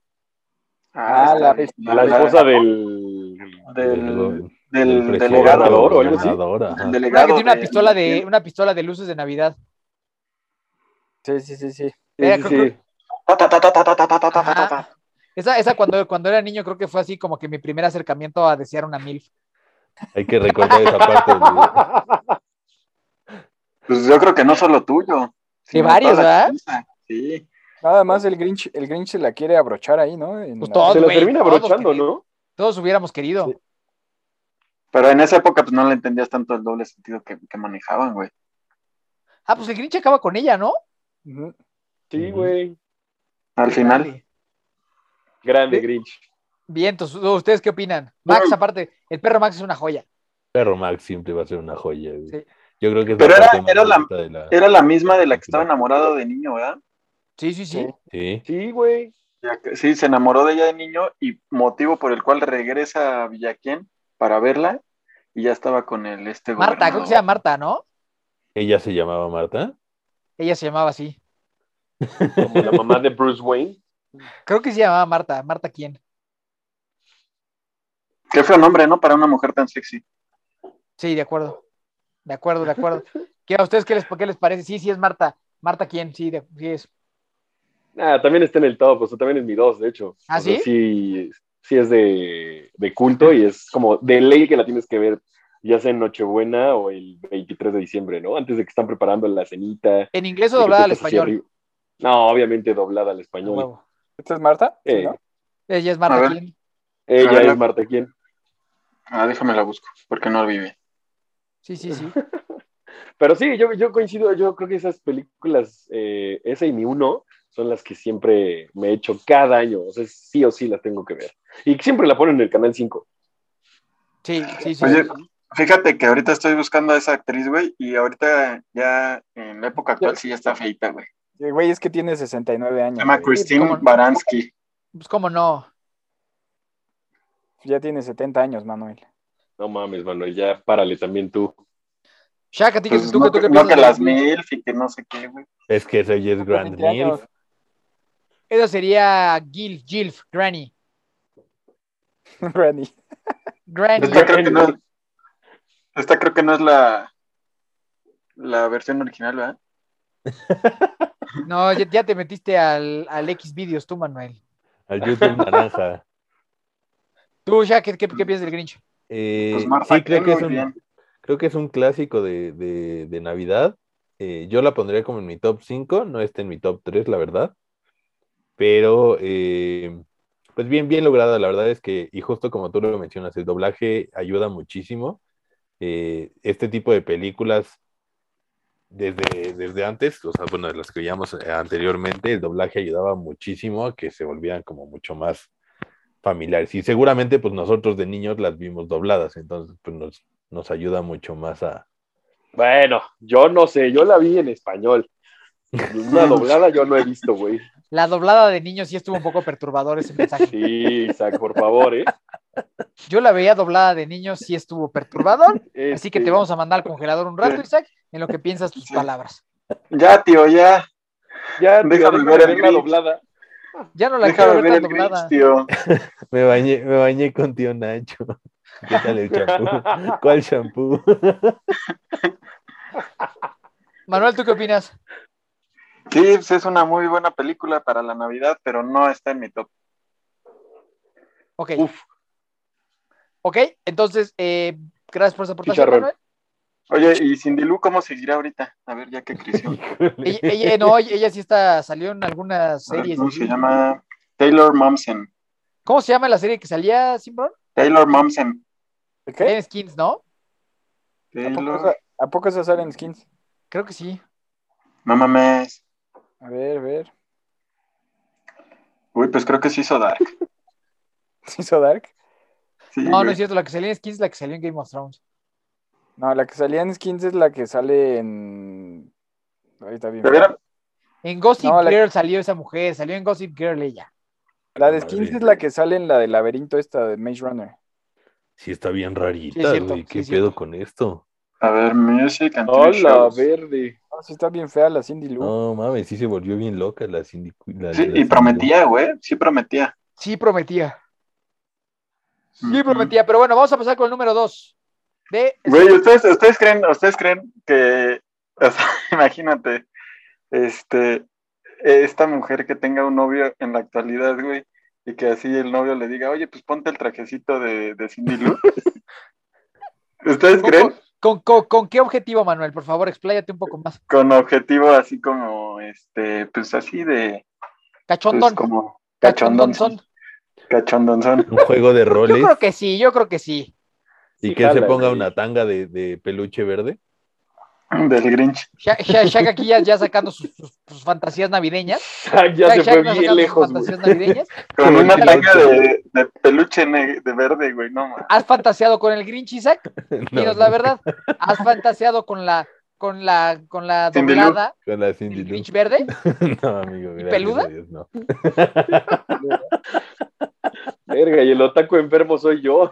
Speaker 4: Ah, la-
Speaker 6: está-
Speaker 5: La esposa del.
Speaker 6: del,
Speaker 3: Del-
Speaker 6: del
Speaker 3: presidente,
Speaker 6: delegado.
Speaker 5: gobernador o algo así.
Speaker 3: gobernador, ajá.
Speaker 6: Del
Speaker 2: Una que
Speaker 6: delegado.
Speaker 2: tiene una
Speaker 6: de-
Speaker 2: pistola de, una pistola de luces de Navidad.
Speaker 4: Sí, sí, sí, sí.
Speaker 5: Sí,
Speaker 2: Eh,
Speaker 5: sí,
Speaker 2: creo-
Speaker 5: sí.
Speaker 2: creo-
Speaker 6: Ta, ta, ta, ta, ta, ta, ta, ta, ta, ta, ta.
Speaker 2: Ajá. Esa, esa cuando, cuando era niño creo que fue así como que mi primer acercamiento a desear una MILF.
Speaker 3: Hay que recortar esa parte del video.
Speaker 6: Pues yo creo que no solo tuyo. sino
Speaker 2: varios,
Speaker 6: toda la
Speaker 2: ¿verdad?
Speaker 6: chaviza. Sí.
Speaker 4: Nada más el Grinch, el Grinch se la quiere abrochar ahí, ¿no? En
Speaker 2: Pues
Speaker 4: la-
Speaker 2: todo.
Speaker 5: Se la
Speaker 2: Güey,
Speaker 5: termina
Speaker 2: todos
Speaker 5: abrochando,
Speaker 2: queridos.
Speaker 5: ¿no?
Speaker 2: Todos hubiéramos querido.
Speaker 4: Sí.
Speaker 6: Pero en esa época pues no le entendías tanto el doble sentido que, que manejaban, güey.
Speaker 2: Ah, pues el Grinch acaba con ella, ¿no?
Speaker 4: Ujú.
Speaker 5: Sí,
Speaker 3: Ujú.
Speaker 5: güey.
Speaker 6: Al final.
Speaker 2: Dale.
Speaker 5: Grande
Speaker 2: Sí.
Speaker 5: Grinch.
Speaker 2: Bien, entonces, uh, ¿ustedes qué opinan? Max, aparte, el perro Max es una joya.
Speaker 3: Perro Max siempre va a ser una joya. güey.
Speaker 2: Sí.
Speaker 3: Yo creo que es
Speaker 6: Pero
Speaker 3: la
Speaker 6: era-
Speaker 3: parte más
Speaker 6: era la-
Speaker 3: bonita de la-
Speaker 6: Era la misma de la que estaba enamorado de niño, ¿verdad?
Speaker 2: Sí, sí, sí.
Speaker 4: Sí.
Speaker 3: Sí.
Speaker 5: Sí, güey.
Speaker 6: Ya que- Sí, se enamoró de ella de niño y motivo por el cual regresa a Villaquién para verla y ya estaba con el este
Speaker 2: Marta, creo que se
Speaker 6: gobernador.
Speaker 2: llama Marta, ¿no?
Speaker 3: Ella se llamaba Marta.
Speaker 2: Ella se llamaba así.
Speaker 5: Como la mamá de Bruce Wayne.
Speaker 2: Creo que se llamaba Marta. ¿Marta quién?
Speaker 6: Qué feo nombre, ¿no? Para una mujer tan sexy.
Speaker 2: Sí, de acuerdo. De acuerdo, de acuerdo. ¿Qué, ¿A ustedes qué les, qué les parece? Sí, sí es Marta. ¿Marta quién? Sí, de- sí es.
Speaker 5: Ah, también está en el top, o sea, también es mi dos, de hecho.
Speaker 2: ¿Ah,
Speaker 5: O sea,
Speaker 2: sí?
Speaker 5: sí, sí es de, de culto y es como de ley que la tienes que ver, ya sea en Nochebuena o el 23 de diciembre, ¿no? Antes de que están preparando la cenita.
Speaker 2: ¿En inglés o
Speaker 5: de que
Speaker 2: doblada
Speaker 5: tú
Speaker 2: al
Speaker 5: estás así
Speaker 2: español? Ah,
Speaker 5: arriba. No, obviamente doblada al español.
Speaker 2: Huevo.
Speaker 4: ¿Esta es Marta? Sí,
Speaker 5: Eh,
Speaker 4: ¿no?
Speaker 2: Ella es
Speaker 6: A
Speaker 2: Marta
Speaker 6: ver.
Speaker 2: quién.
Speaker 5: Ella
Speaker 6: A ver, la-
Speaker 5: es Marta, ¿quién?
Speaker 6: Ah, déjame la busco, porque no vive.
Speaker 2: Sí, sí, sí.
Speaker 5: Pero sí, yo, yo coincido, yo creo que esas películas, eh, esa y mi uno, son las que siempre me he hecho cada año. O sea, sí o sí las tengo que ver. Y siempre la ponen en el canal 5.
Speaker 2: Sí, sí, sí.
Speaker 6: Oye, fíjate que ahorita estoy buscando a esa actriz, güey, y ahorita ya en la época actual sí ya está feita, güey.
Speaker 4: Eh, Güey, es que tiene 69
Speaker 6: Se
Speaker 4: años.
Speaker 6: llama
Speaker 4: güey.
Speaker 6: Christine
Speaker 2: ¿Cómo?
Speaker 6: Baranski.
Speaker 2: Pues cómo no.
Speaker 4: Ya tiene 70 años, Manuel.
Speaker 5: No mames, Manuel, ya párale también tú.
Speaker 2: Shaq, ¿a ti qué-
Speaker 6: Pues
Speaker 2: tú,
Speaker 6: no,
Speaker 2: tú qué
Speaker 6: que- no
Speaker 2: piensas
Speaker 6: que
Speaker 2: de-
Speaker 6: las MILF y que no sé qué, güey.
Speaker 3: Es que esa ella es Grand
Speaker 4: 20 años.
Speaker 3: Milf.
Speaker 2: Esa sería Gilf, Gilf, Granny.
Speaker 4: Granny.
Speaker 2: Granny.
Speaker 6: Esta creo que no, esta creo que no es la, la versión original, ¿verdad?
Speaker 2: No, ya, ya te metiste al, al X videos tú, Manuel.
Speaker 3: Al YouTube Naranja.
Speaker 6: Pues
Speaker 2: Tú, Shaq, ¿qué, qué, qué piensas del Grinch?
Speaker 3: Eh,
Speaker 6: Pues Marta,
Speaker 3: sí, creo
Speaker 6: Ken,
Speaker 3: que, es
Speaker 6: muy
Speaker 3: un,
Speaker 6: bien.
Speaker 3: creo que es un clásico de, de- de Navidad. Eh, yo la pondría como en mi top 5, no está en mi top 3, la verdad. Pero, eh, pues bien, bien lograda, la verdad es que, y justo como tú lo mencionas, el doblaje ayuda muchísimo. Eh, este tipo de películas, desde, desde antes, o sea, bueno, de las que veíamos eh, anteriormente, el doblaje ayudaba muchísimo a que se volvieran como mucho más familiares. Y seguramente, pues nosotros de niños las vimos dobladas, entonces, pues nos, nos ayuda mucho más a.
Speaker 5: Bueno, yo no sé, yo la vi en español. Una doblada yo no he visto, güey.
Speaker 2: La doblada de niños sí estuvo un poco perturbador ese mensaje.
Speaker 5: Sí, Isaac, por favor, ¿eh?
Speaker 2: Yo la veía doblada de niños, sí estuvo perturbador. Así que
Speaker 5: Este,
Speaker 2: te vamos a mandar al congelador un rato, Isaac, en lo que piensas tus
Speaker 6: Sí.
Speaker 2: palabras.
Speaker 6: Ya, tío, ya.
Speaker 5: Este, Ya, tío,
Speaker 6: Déjame
Speaker 5: déjame
Speaker 6: ver el
Speaker 5: ver la
Speaker 6: Grinch.
Speaker 5: doblada.
Speaker 2: Ya no la
Speaker 6: Déjame
Speaker 2: quiero ver
Speaker 6: ver el
Speaker 2: tan
Speaker 6: Grinch,
Speaker 2: doblada.
Speaker 6: tío.
Speaker 3: Me bañé, me bañé con tío Nacho. ¿Qué tal el champú? ¿Cuál champú?
Speaker 2: Manuel, ¿tú qué opinas?
Speaker 6: Sí, pues es una muy buena película para la Navidad, pero no está en mi top.
Speaker 2: Ok.
Speaker 5: Uf.
Speaker 2: Ok, entonces, eh, gracias por esa aportación,
Speaker 5: Chicharrón.
Speaker 2: Manuel.
Speaker 6: Oye, ¿y Cindy Lou cómo seguirá ahorita? A ver, ya que creció.
Speaker 2: Ella, ella- no, ella- ella sí está, salió en algunas
Speaker 6: A ver,
Speaker 2: series.
Speaker 6: Ah, ¿Cómo
Speaker 2: y-
Speaker 6: se llama? Taylor Momsen.
Speaker 2: ¿Cómo se llama la serie que salía, Simbrón?
Speaker 6: Taylor Momsen.
Speaker 4: ¿De qué?
Speaker 2: En Skins, ¿no?
Speaker 4: ¿A poco,
Speaker 6: Taylor.
Speaker 4: esa- ¿A poco esa sale en skins?
Speaker 2: Creo que sí.
Speaker 6: No mames.
Speaker 4: A ver, a ver.
Speaker 6: Uy, pues creo que se hizo Dark.
Speaker 4: ¿Se hizo Dark?
Speaker 6: Sí,
Speaker 2: No, no
Speaker 6: güey.
Speaker 2: es cierto, la que salía en Skins es la que salió en Game of Thrones.
Speaker 4: No, la que salía en skins es la que sale en. Ahorita bien.
Speaker 6: ¿De veras?
Speaker 2: En Gossip
Speaker 4: No, la-
Speaker 2: Girl salió esa mujer, salió en Gossip Girl ella.
Speaker 4: La de skins es la que sale en la del laberinto esta de Maze Runner.
Speaker 3: Sí, está bien
Speaker 2: Sí, es
Speaker 3: rarita,
Speaker 2: cierto,
Speaker 3: güey.
Speaker 2: sí,
Speaker 3: ¿Qué
Speaker 2: es
Speaker 3: pedo
Speaker 2: cierto.
Speaker 3: con esto?
Speaker 6: A ver, Music and TV
Speaker 5: Hola,
Speaker 6: Shows.
Speaker 5: verde.
Speaker 4: No, sí está bien fea la Cindy Lou.
Speaker 3: No mames, sí se volvió bien loca la Cindy. la-
Speaker 6: Sí,
Speaker 3: la
Speaker 6: y
Speaker 3: Cindy
Speaker 6: prometía, güey. Sí prometía.
Speaker 2: Sí prometía. Sí
Speaker 6: Ujú.
Speaker 2: prometía, pero bueno, vamos a pasar con el número 2. De...
Speaker 6: Güey, ¿ustedes, ustedes creen, ustedes creen que, o sea, imagínate, este, esta mujer que tenga un novio en la actualidad, güey, y que así el novio le diga, oye, pues ponte el trajecito de, de Cindy Lou. ¿Ustedes
Speaker 2: ¿Con,
Speaker 6: creen?
Speaker 2: con- con- con qué objetivo, Manuel? Por favor, expláyate un poco más.
Speaker 6: Con objetivo así como, este, pues así de, pues
Speaker 2: Cachondón.
Speaker 6: como
Speaker 2: Cachondonzón.
Speaker 6: cachondonzón, cachondonzón.
Speaker 3: Un juego de
Speaker 2: Yo
Speaker 3: roles
Speaker 2: creo que sí, yo creo que sí.
Speaker 3: y
Speaker 5: Sí,
Speaker 3: que él se
Speaker 5: jala,
Speaker 3: ponga
Speaker 5: güey.
Speaker 3: una tanga de, de peluche verde.
Speaker 6: del Grinch.
Speaker 2: Sha- Sha- Shaq aquí ya, ya sacando sus, sus- sus fantasías navideñas.
Speaker 5: Shaq ya
Speaker 2: Shaq-
Speaker 5: se
Speaker 2: Shaq
Speaker 5: fue
Speaker 2: nos sacando
Speaker 5: bien
Speaker 2: sus
Speaker 5: lejos, güey.
Speaker 2: fantasías navideñas.
Speaker 6: Con
Speaker 3: Como
Speaker 6: una
Speaker 3: el
Speaker 6: tanga
Speaker 3: Grinch.
Speaker 6: de, de peluche ne- de verde, güey, no mames.
Speaker 2: ¿Has fantaseado con el Grinch, Isaac?
Speaker 3: No,
Speaker 2: Dinos la
Speaker 3: no,
Speaker 2: verdad. ¿Has fantaseado con la, con la, con la
Speaker 6: Sin de luz.
Speaker 2: doblada
Speaker 3: Con la Cindy
Speaker 2: del
Speaker 3: Lou.
Speaker 2: Grinch verde?
Speaker 3: No, amigo, gracias
Speaker 2: peluda?
Speaker 3: a Dios, no.
Speaker 5: Verga, y el otaku enfermo soy yo.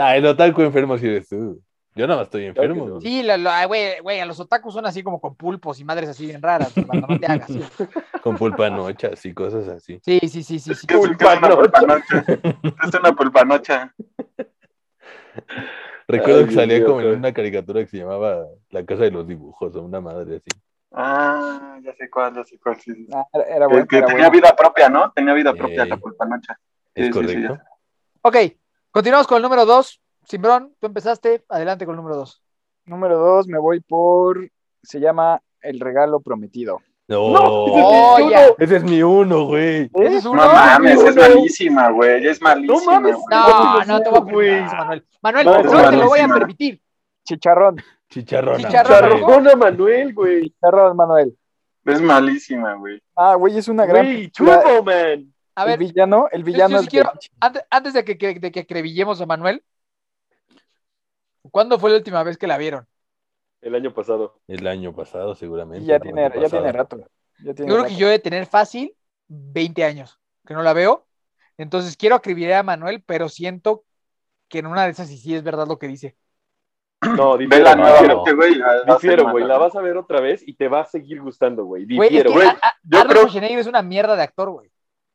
Speaker 3: Ah, el otaku enfermo sí eres tú. Yo nada más estoy enfermo.
Speaker 5: Claro que
Speaker 3: güey.
Speaker 2: Sí, la- la- güey, güey, a los otakus son así como con pulpos y madres así bien raras, cuando no te hagas.
Speaker 3: Con pulpa nochas y cosas así.
Speaker 2: Sí, sí, sí, sí, sí.
Speaker 6: ¿Qué es, qué es una pulpanocha? ¿Qué es una pulpanocha?
Speaker 3: Recuerdo
Speaker 5: Ay,
Speaker 3: que
Speaker 5: Dios
Speaker 3: salía
Speaker 5: mío,
Speaker 3: como en
Speaker 5: cabrón.
Speaker 3: una caricatura que se llamaba La Casa de los Dibujos o una madre así.
Speaker 6: Ah, ya sé cuál, ya sé cuál. Sí, sí.
Speaker 4: Ah, era- era
Speaker 6: Que-
Speaker 4: buena.
Speaker 6: que
Speaker 4: era
Speaker 6: tenía
Speaker 4: buena.
Speaker 6: vida propia, ¿no? Tenía vida
Speaker 3: Sí.
Speaker 6: propia la pulpanocha.
Speaker 3: ¿Es
Speaker 6: Sí, sí, sí,
Speaker 3: correcto?
Speaker 2: Ok, continuamos con el número 2. Simbrón, tú empezaste, adelante con el número 2.
Speaker 4: Número dos, me voy por. Se llama El Regalo Prometido.
Speaker 3: No.
Speaker 2: ¡Oh,
Speaker 5: Yo
Speaker 2: ya!
Speaker 3: Ese es mi uno, güey.
Speaker 2: ¿Ese es
Speaker 6: No
Speaker 2: uno?
Speaker 6: mames, es
Speaker 5: no.
Speaker 6: malísima, güey. Es malísima.
Speaker 5: mames,
Speaker 6: güey.
Speaker 2: No,
Speaker 5: Ese
Speaker 2: no
Speaker 5: es
Speaker 2: te voy a
Speaker 5: uno,
Speaker 2: permitir,
Speaker 5: güey.
Speaker 2: eso, Manuel. Manuel,
Speaker 5: No,
Speaker 2: no,
Speaker 5: es
Speaker 2: te lo voy a
Speaker 6: malísimo.
Speaker 2: permitir.
Speaker 4: Chicharrón,
Speaker 3: Chicharrona.
Speaker 2: Chicharrona,
Speaker 3: güey.
Speaker 2: güey.
Speaker 5: Perdona, Manuel, güey.
Speaker 4: chicharrón, Manuel.
Speaker 6: Es malísima, güey.
Speaker 4: Ah, güey, es una gran.
Speaker 5: Güey,
Speaker 4: película.
Speaker 5: chupo, man.
Speaker 2: A
Speaker 4: el
Speaker 2: ver,
Speaker 4: villano, el villano
Speaker 2: yo sí
Speaker 4: es
Speaker 2: quiero-
Speaker 4: Grinch.
Speaker 2: antes, antes de que, que- de que acribillemos a Manuel, ¿cuándo fue la última vez que la vieron?
Speaker 5: El año pasado.
Speaker 3: El año pasado, seguramente.
Speaker 4: Y ya
Speaker 3: el
Speaker 4: tiene, ya
Speaker 3: antepasado.
Speaker 4: tiene rato. Ya tiene
Speaker 2: Yo creo
Speaker 4: rato.
Speaker 2: que yo he de tener fácil 20 años, que no la veo. Entonces quiero acribillar a Manuel, pero siento que en una de esas sí, sí es verdad lo que dice.
Speaker 5: No,
Speaker 6: Ve
Speaker 5: difiero,
Speaker 6: la
Speaker 3: no.
Speaker 5: difiero,
Speaker 6: nuevamente, güey. la- la
Speaker 5: difiero,
Speaker 6: semana.
Speaker 5: güey. La vas a ver otra vez y te va a seguir gustando, güey.
Speaker 2: Güey, es
Speaker 5: Difiero,
Speaker 2: que
Speaker 5: güey.
Speaker 2: a- a-
Speaker 6: yo
Speaker 2: Arnold
Speaker 6: creo-
Speaker 2: Schwarzenegger es una mierda de actor, güey.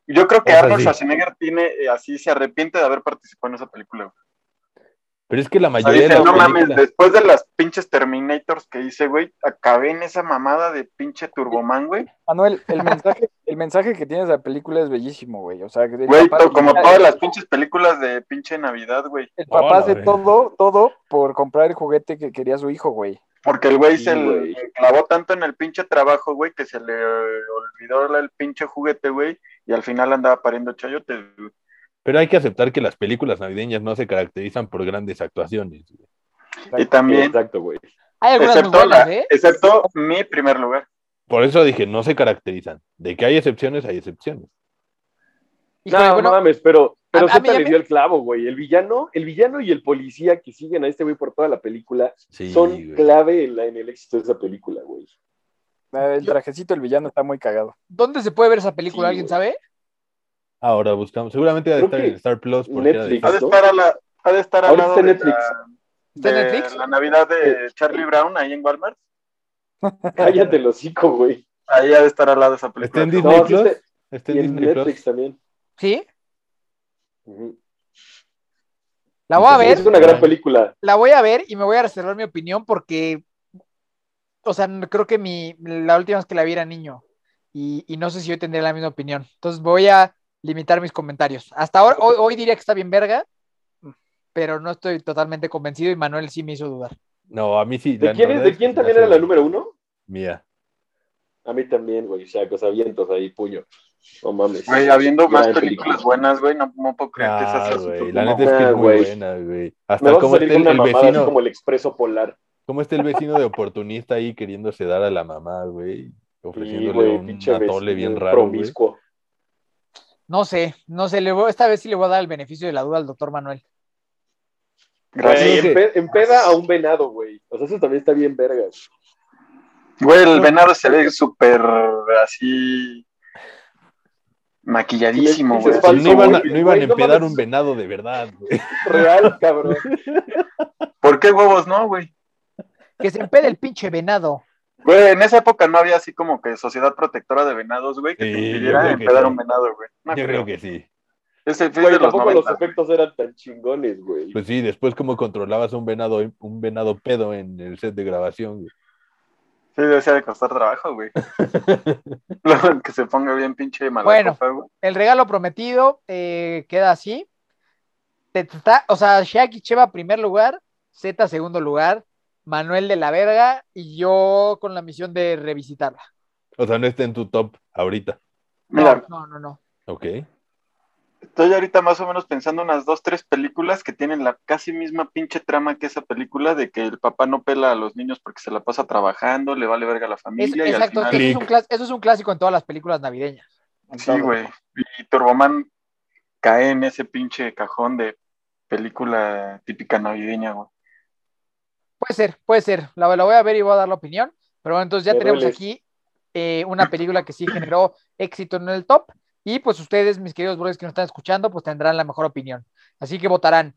Speaker 6: Yo creo que
Speaker 3: O sea,
Speaker 6: Arnold
Speaker 3: sí.
Speaker 6: Schwarzenegger tiene, eh, así se arrepiente de haber participado en esa película. güey.
Speaker 3: Pero es que la
Speaker 6: O sea,
Speaker 3: mayoría de
Speaker 6: dice,
Speaker 3: las
Speaker 6: no mames,
Speaker 3: películas-
Speaker 6: después de las pinches Terminators que hice, güey, acabé en esa mamada de pinche Turboman, güey.
Speaker 4: Manuel, el mensaje, el mensaje que tiene esa película es bellísimo, güey. O sea, que el
Speaker 6: Güey,
Speaker 4: papá-
Speaker 6: to- como todas las pinches películas de pinche Navidad, güey.
Speaker 4: El papá
Speaker 3: Hola,
Speaker 4: hace
Speaker 3: güey.
Speaker 4: todo, todo por comprar el juguete que quería su hijo, güey.
Speaker 6: Porque el güey
Speaker 5: Sí,
Speaker 6: se le-
Speaker 5: güey.
Speaker 6: le clavó tanto en el pinche trabajo, güey, que se le eh, olvidó la- el pinche juguete, güey, y al final andaba pariendo chayotes, güey.
Speaker 3: Pero hay que aceptar que las películas navideñas no se caracterizan por grandes actuaciones. güey.
Speaker 6: Y también,
Speaker 5: Exacto, güey.
Speaker 2: Hay algunas muy
Speaker 6: excepto,
Speaker 2: buenas,
Speaker 6: la-
Speaker 2: ¿eh?
Speaker 6: excepto mi primer lugar.
Speaker 3: Por eso dije, no se caracterizan. De que hay excepciones, hay excepciones.
Speaker 2: Híjole,
Speaker 5: no,
Speaker 2: bueno,
Speaker 5: no mames, pero, pero
Speaker 2: a- a mí-
Speaker 5: Zeta
Speaker 2: a
Speaker 5: le
Speaker 2: mí-
Speaker 5: dio el clavo, güey. El villano, el villano y el policía que siguen a este güey por toda la película
Speaker 3: Sí,
Speaker 5: son
Speaker 3: güey.
Speaker 5: clave en, la- en el éxito de esa película, güey.
Speaker 4: Eh, El
Speaker 2: Yo-
Speaker 4: trajecito del villano está muy cagado.
Speaker 2: ¿dónde se puede ver esa película?
Speaker 5: Sí,
Speaker 2: ¿Alguien
Speaker 5: güey.
Speaker 2: sabe?
Speaker 3: Ahora buscamos. Seguramente ha de
Speaker 5: Creo
Speaker 3: estar
Speaker 5: que
Speaker 3: en Star Plus. Porque era de-
Speaker 5: Netflix.
Speaker 6: Ha de estar a la, ha de estar al
Speaker 5: Ahorita
Speaker 6: lado
Speaker 5: está en
Speaker 6: de
Speaker 5: Netflix. Eh,
Speaker 2: ¿Está
Speaker 6: la,
Speaker 2: en
Speaker 6: de
Speaker 2: Netflix?
Speaker 6: la Navidad de Charlie Brown ahí en Walmart.
Speaker 5: Cállate el hocico, güey.
Speaker 6: Ahí ha de estar al lado esa
Speaker 3: ¿Está
Speaker 6: película.
Speaker 3: en
Speaker 6: seguro.
Speaker 3: Disney
Speaker 5: No, sí
Speaker 3: Plus?
Speaker 5: está-
Speaker 3: ¿Está en
Speaker 5: Y en
Speaker 3: Este Disney Plus?
Speaker 5: Netflix también.
Speaker 2: Sí,
Speaker 5: Ujú.
Speaker 2: la voy a
Speaker 3: Entonces,
Speaker 2: ver,
Speaker 5: Es una gran película.
Speaker 2: la voy a ver y me voy a reservar mi opinión porque, o sea, creo que mi, la última vez que la vi era niño. y, y no sé si yo tendré la misma opinión. Entonces voy a limitar mis comentarios. Hasta ahora, hoy, hoy diría que está bien verga, pero no estoy totalmente convencido y Manuel sí me hizo dudar.
Speaker 3: No, a mí sí.
Speaker 5: ¿De
Speaker 3: la
Speaker 5: quién, es-
Speaker 3: verdad
Speaker 5: de
Speaker 3: es
Speaker 5: quién
Speaker 3: que
Speaker 5: también
Speaker 3: se
Speaker 5: era la
Speaker 3: me-
Speaker 5: número uno?
Speaker 3: Mía.
Speaker 5: A mí también, güey. O sea, cosa vientos ahí, puño. No mames.
Speaker 6: Güey, habiendo más
Speaker 5: Gran
Speaker 6: películas
Speaker 5: película.
Speaker 6: buenas, güey, no, no puedo creer que esa
Speaker 3: Ah,
Speaker 6: sea su
Speaker 3: güey.
Speaker 6: top
Speaker 3: La
Speaker 6: uno,
Speaker 3: neta es que
Speaker 5: Ah,
Speaker 3: es muy
Speaker 5: güey.
Speaker 3: buena, güey.
Speaker 5: Me
Speaker 3: Hasta
Speaker 5: vas a
Speaker 3: como
Speaker 5: salir
Speaker 3: está el,
Speaker 5: con una
Speaker 3: el
Speaker 5: mamada así
Speaker 3: vecino,
Speaker 5: como el expreso polar.
Speaker 3: cómo está el vecino de oportunista ahí queriéndose dar a la mamá, güey.
Speaker 5: Y,
Speaker 3: Ofreciéndole
Speaker 5: güey,
Speaker 3: un
Speaker 5: pinche
Speaker 3: atole
Speaker 5: vecino
Speaker 3: bien raro, güey.
Speaker 5: promiscuo.
Speaker 2: No sé, no sé, le voy- esta vez sí le voy a dar el beneficio de la duda al doctor Manuel.
Speaker 5: Güey,
Speaker 6: Gracias.
Speaker 3: que-
Speaker 5: empe- empeda a un venado, güey. O sea, eso también está bien verga.
Speaker 6: Güey, el venado se ve súper así. Maquilladísimo,
Speaker 5: Dices
Speaker 6: güey.
Speaker 5: falso,
Speaker 3: No iban a,
Speaker 5: güey.
Speaker 3: no iban a
Speaker 5: Güey, no
Speaker 3: empedar
Speaker 5: mames.
Speaker 3: un venado de verdad, güey.
Speaker 5: Real, cabrón.
Speaker 6: ¿Por qué huevos no, güey?
Speaker 2: Que se empede el pinche venado.
Speaker 6: Güey, en esa época no había así como que sociedad protectora de venados, güey, que
Speaker 3: Sí,
Speaker 6: te
Speaker 3: yo
Speaker 6: impidiera
Speaker 3: creo que
Speaker 6: empezar
Speaker 3: sí.
Speaker 6: un venado, güey. No
Speaker 3: Yo creo
Speaker 6: creo.
Speaker 3: que sí.
Speaker 6: Ese fue
Speaker 5: Güey,
Speaker 6: de los
Speaker 5: tampoco los
Speaker 6: 90.
Speaker 5: efectos eran tan chingones, güey.
Speaker 3: Pues sí, después cómo controlabas un venado, un venado pedo en el set de grabación, güey.
Speaker 6: Sí, decía de costar trabajo, güey. Luego que se ponga bien pinche malacopa,
Speaker 2: Bueno.
Speaker 6: güey.
Speaker 2: El regalo prometido eh, queda así. Te- te- ta- o sea, Shaki Cheva primer lugar, Z segundo lugar, Manuel de la Verga y yo con la misión de revisitarla.
Speaker 3: O sea, no está en tu top ahorita.
Speaker 6: Mira,
Speaker 2: No, no, no.
Speaker 3: Ok.
Speaker 6: estoy ahorita más o menos pensando unas dos, tres películas que tienen la casi misma pinche trama que esa película de que el papá no pela a los niños porque se la pasa trabajando, le vale verga a la
Speaker 2: Es-
Speaker 6: familia y
Speaker 2: exacto,
Speaker 6: al
Speaker 2: eso
Speaker 6: final...
Speaker 2: es, un clas- eso es un clásico en todas las películas navideñas.
Speaker 6: Sí, güey. Y Turboman cae en ese pinche cajón de película típica navideña, güey.
Speaker 2: Puede ser, puede ser. La, la voy a ver y voy a dar la opinión. Pero bueno, entonces ya
Speaker 5: Me
Speaker 2: tenemos
Speaker 5: duele.
Speaker 2: aquí eh, una película que sí generó éxito en el top. Y pues ustedes, mis queridos brothers que nos están escuchando, pues tendrán la mejor opinión. Así que votarán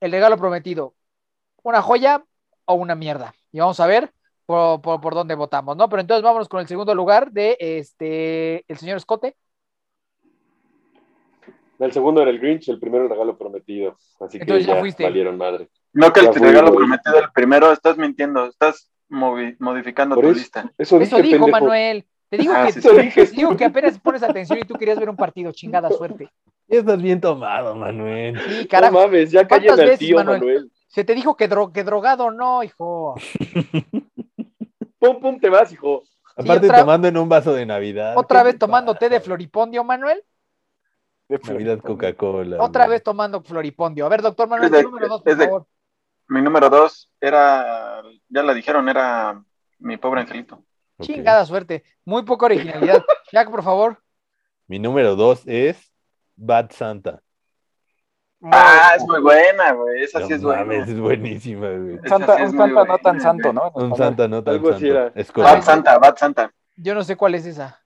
Speaker 2: el regalo prometido, una joya o una mierda. Y vamos a ver por, por- por dónde votamos, ¿no? Pero entonces vámonos con el segundo lugar de este el señor Escote.
Speaker 5: El segundo era el Grinch, el primero el regalo prometido. Así que
Speaker 2: Entonces ya
Speaker 5: ya,
Speaker 2: fuiste.
Speaker 5: valieron madre.
Speaker 6: No que el
Speaker 5: Ya fui,
Speaker 6: regalo
Speaker 5: güey.
Speaker 6: prometido el primero, estás mintiendo, estás movi- modificando
Speaker 5: Por
Speaker 6: tu
Speaker 5: eso-
Speaker 6: lista.
Speaker 5: Eso dije,
Speaker 2: Eso dijo
Speaker 5: pendejo.
Speaker 2: Manuel. Te digo,
Speaker 6: Ah,
Speaker 2: que,
Speaker 6: sí,
Speaker 5: Eso dije.
Speaker 2: te digo que apenas pones atención y tú querías ver un partido, chingada suerte.
Speaker 3: Ya estás bien tomado, Manuel.
Speaker 2: Sí,
Speaker 5: No
Speaker 2: carajo.
Speaker 5: mames, ya
Speaker 2: ¿Cuántas
Speaker 5: callen al
Speaker 2: veces,
Speaker 5: tío
Speaker 2: Manuel?
Speaker 5: Manuel.
Speaker 2: Se te dijo que, dro- que drogado no, hijo.
Speaker 5: Pum, pum, te vas, hijo.
Speaker 3: Aparte
Speaker 2: otra-
Speaker 3: tomando en un vaso de Navidad.
Speaker 2: Otra
Speaker 3: ¿Qué
Speaker 2: vez
Speaker 3: te
Speaker 2: tomando té de
Speaker 3: pasa?
Speaker 2: floripondio, Manuel.
Speaker 4: De Florida.
Speaker 3: Navidad Coca-Cola.
Speaker 2: Otra
Speaker 3: güey.
Speaker 2: vez tomando floripondio. A ver, doctor Manuel,
Speaker 6: Es de-
Speaker 2: tu número dos, por
Speaker 6: es de-
Speaker 2: favor.
Speaker 6: Mi número dos era, ya la dijeron, era mi pobre angelito.
Speaker 3: Ok.
Speaker 2: Chingada suerte. Muy poca originalidad. Jack, por favor.
Speaker 3: Mi número dos es Bad Santa.
Speaker 6: Ah, es muy buena, güey. Esa
Speaker 3: No
Speaker 6: sí es
Speaker 3: mames,
Speaker 6: buena.
Speaker 3: es buenísima, güey.
Speaker 6: Esa
Speaker 4: Santa-
Speaker 6: sí es
Speaker 4: un
Speaker 6: muy
Speaker 4: santa no tan
Speaker 6: buena,
Speaker 4: santo, ¿no? En
Speaker 3: Un
Speaker 4: español.
Speaker 3: santa, no tan
Speaker 5: Algo así era.
Speaker 3: santo. Es
Speaker 6: Bad
Speaker 3: correcto.
Speaker 6: Santa, Bad Santa.
Speaker 2: Yo no sé cuál es esa.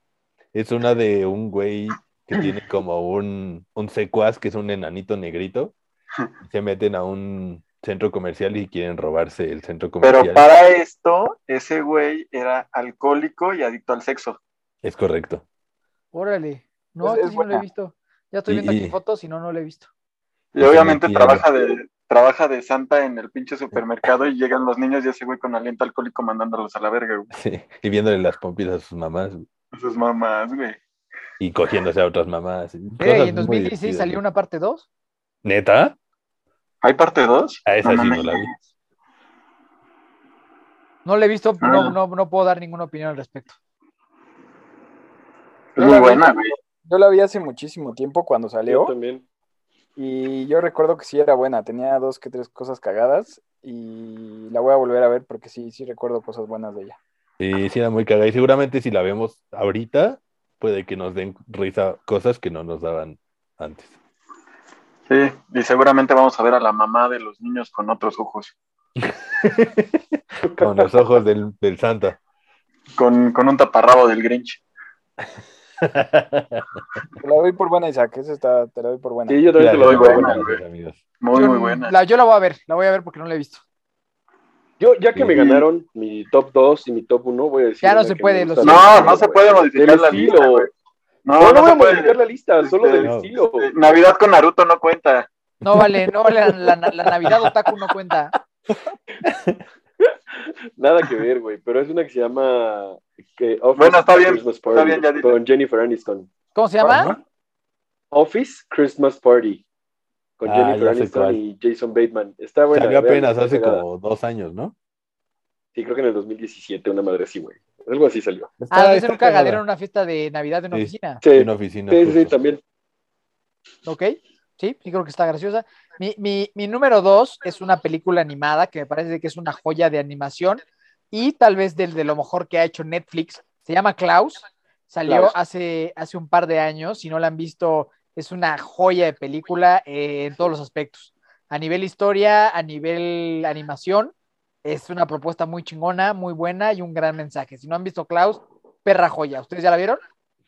Speaker 3: Es una de un güey que tiene como un, un secuaz, que es un enanito negrito. y se meten a un centro comercial y quieren robarse el centro comercial.
Speaker 6: Pero para esto, ese güey era alcohólico y adicto al sexo.
Speaker 3: Es correcto.
Speaker 2: Órale. No,
Speaker 4: Es-
Speaker 2: esta
Speaker 4: es
Speaker 2: sí no la he
Speaker 4: buena.
Speaker 2: visto. Ya estoy
Speaker 3: Y-
Speaker 2: viendo aquí
Speaker 3: y-
Speaker 2: fotos y no, no la he visto.
Speaker 6: Y
Speaker 3: Pues
Speaker 6: obviamente
Speaker 3: imagínate.
Speaker 6: trabaja de, trabaja de santa en el pinche supermercado y llegan los niños y ese güey con aliento alcohólico mandándolos a la verga, güey.
Speaker 3: Sí. Y viéndole las pompis a sus mamás
Speaker 6: Sus mamás, güey.
Speaker 3: y cogiéndose a otras mamás.
Speaker 2: Mira,
Speaker 3: Cosas
Speaker 2: y en
Speaker 3: muy
Speaker 2: 2016
Speaker 3: divertidas,
Speaker 2: salió
Speaker 3: güey.
Speaker 2: una parte 2.
Speaker 3: ¿Neta?
Speaker 6: ¿Hay parte 2?
Speaker 3: A Ah, esa sí no la vi.
Speaker 2: No la he visto,
Speaker 6: Ah.
Speaker 2: no, no, no puedo dar ninguna opinión al respecto.
Speaker 4: Yo
Speaker 6: Es
Speaker 4: la
Speaker 6: muy
Speaker 4: vi.
Speaker 6: buena, güey.
Speaker 4: Yo la vi hace muchísimo tiempo cuando
Speaker 5: Yo
Speaker 4: salió
Speaker 5: también.
Speaker 4: y yo recuerdo que sí era buena, tenía dos que tres cosas cagadas y la voy a volver a ver porque sí, sí recuerdo cosas buenas de ella.
Speaker 3: Sí, sí era muy cagada. Y seguramente si la vemos ahorita, puede que nos den risa cosas que no nos daban antes.
Speaker 6: Sí, y seguramente vamos a ver a la mamá de los niños con otros ojos.
Speaker 3: Con los ojos del, del Santa.
Speaker 6: Con, con un taparrabo del Grinch.
Speaker 4: Te la doy por buena, Isaac, esa está, te la doy por buena.
Speaker 5: Sí, yo también te lo
Speaker 6: doy
Speaker 5: digo.
Speaker 3: Gracias,
Speaker 6: buena,
Speaker 3: amigos,
Speaker 6: güey.
Speaker 3: amigos.
Speaker 6: Muy,
Speaker 2: yo,
Speaker 6: muy buena.
Speaker 2: la- yo la voy a ver, la voy a ver porque no la he visto.
Speaker 5: Yo, ya que me
Speaker 3: Sí.
Speaker 5: ganaron mi top 2 y mi top 1, voy a decir.
Speaker 2: Ya no
Speaker 5: una
Speaker 2: se
Speaker 5: que
Speaker 2: puede,
Speaker 5: me
Speaker 2: lo
Speaker 5: gusta
Speaker 2: siento.
Speaker 5: mucho,
Speaker 6: No, no se
Speaker 5: güey.
Speaker 6: puede modificar
Speaker 5: Del
Speaker 6: la
Speaker 5: estilo.
Speaker 6: lista, güey. No,
Speaker 5: No, no, voy
Speaker 6: se
Speaker 5: a
Speaker 6: puede.
Speaker 5: modificar la lista, solo del
Speaker 3: No.
Speaker 5: estilo.
Speaker 6: Navidad con Naruto no cuenta.
Speaker 2: No vale, no vale, la, la- la Navidad Otaku no cuenta.
Speaker 5: Nada que ver, güey. Pero es una que se llama. que Office
Speaker 6: Bueno, está bien,
Speaker 5: Christmas
Speaker 6: está bien, ya dile.
Speaker 5: Con Jennifer Aniston.
Speaker 2: ¿Cómo se llama?
Speaker 3: Ajá.
Speaker 5: Office Christmas Party. Con
Speaker 3: Ah,
Speaker 5: Jennifer
Speaker 3: ya sé
Speaker 5: Aniston
Speaker 3: cuál.
Speaker 5: y Jason Bateman. Está buena.
Speaker 3: Salió
Speaker 5: vean,
Speaker 3: apenas
Speaker 5: está
Speaker 3: hace
Speaker 5: pegada.
Speaker 3: como dos años, ¿no?
Speaker 5: Sí, creo que en el 2017, una madre así, güey. Algo así salió.
Speaker 2: Ah,
Speaker 3: Está-
Speaker 2: debe ser
Speaker 3: está
Speaker 2: un cagadero en
Speaker 3: pegada.
Speaker 2: una fiesta de Navidad de una
Speaker 3: Sí.
Speaker 2: oficina.
Speaker 5: Sí,
Speaker 3: En una oficina.
Speaker 5: sí, sí,
Speaker 3: justo.
Speaker 5: también.
Speaker 2: ¿Ok? Sí, sí creo que está graciosa. Mi, mi- mi número dos es una película animada que me parece que es una joya de animación y tal vez del de lo mejor que ha hecho Netflix. Se llama Klaus. Salió
Speaker 5: Klaus.
Speaker 2: Hace, hace un par de años. Si no la han visto, es una joya de película eh, en todos los aspectos. A nivel historia, a nivel animación, es una propuesta muy chingona, muy buena y un gran mensaje. Si no han visto Klaus, perra joya. ¿Ustedes ya la vieron?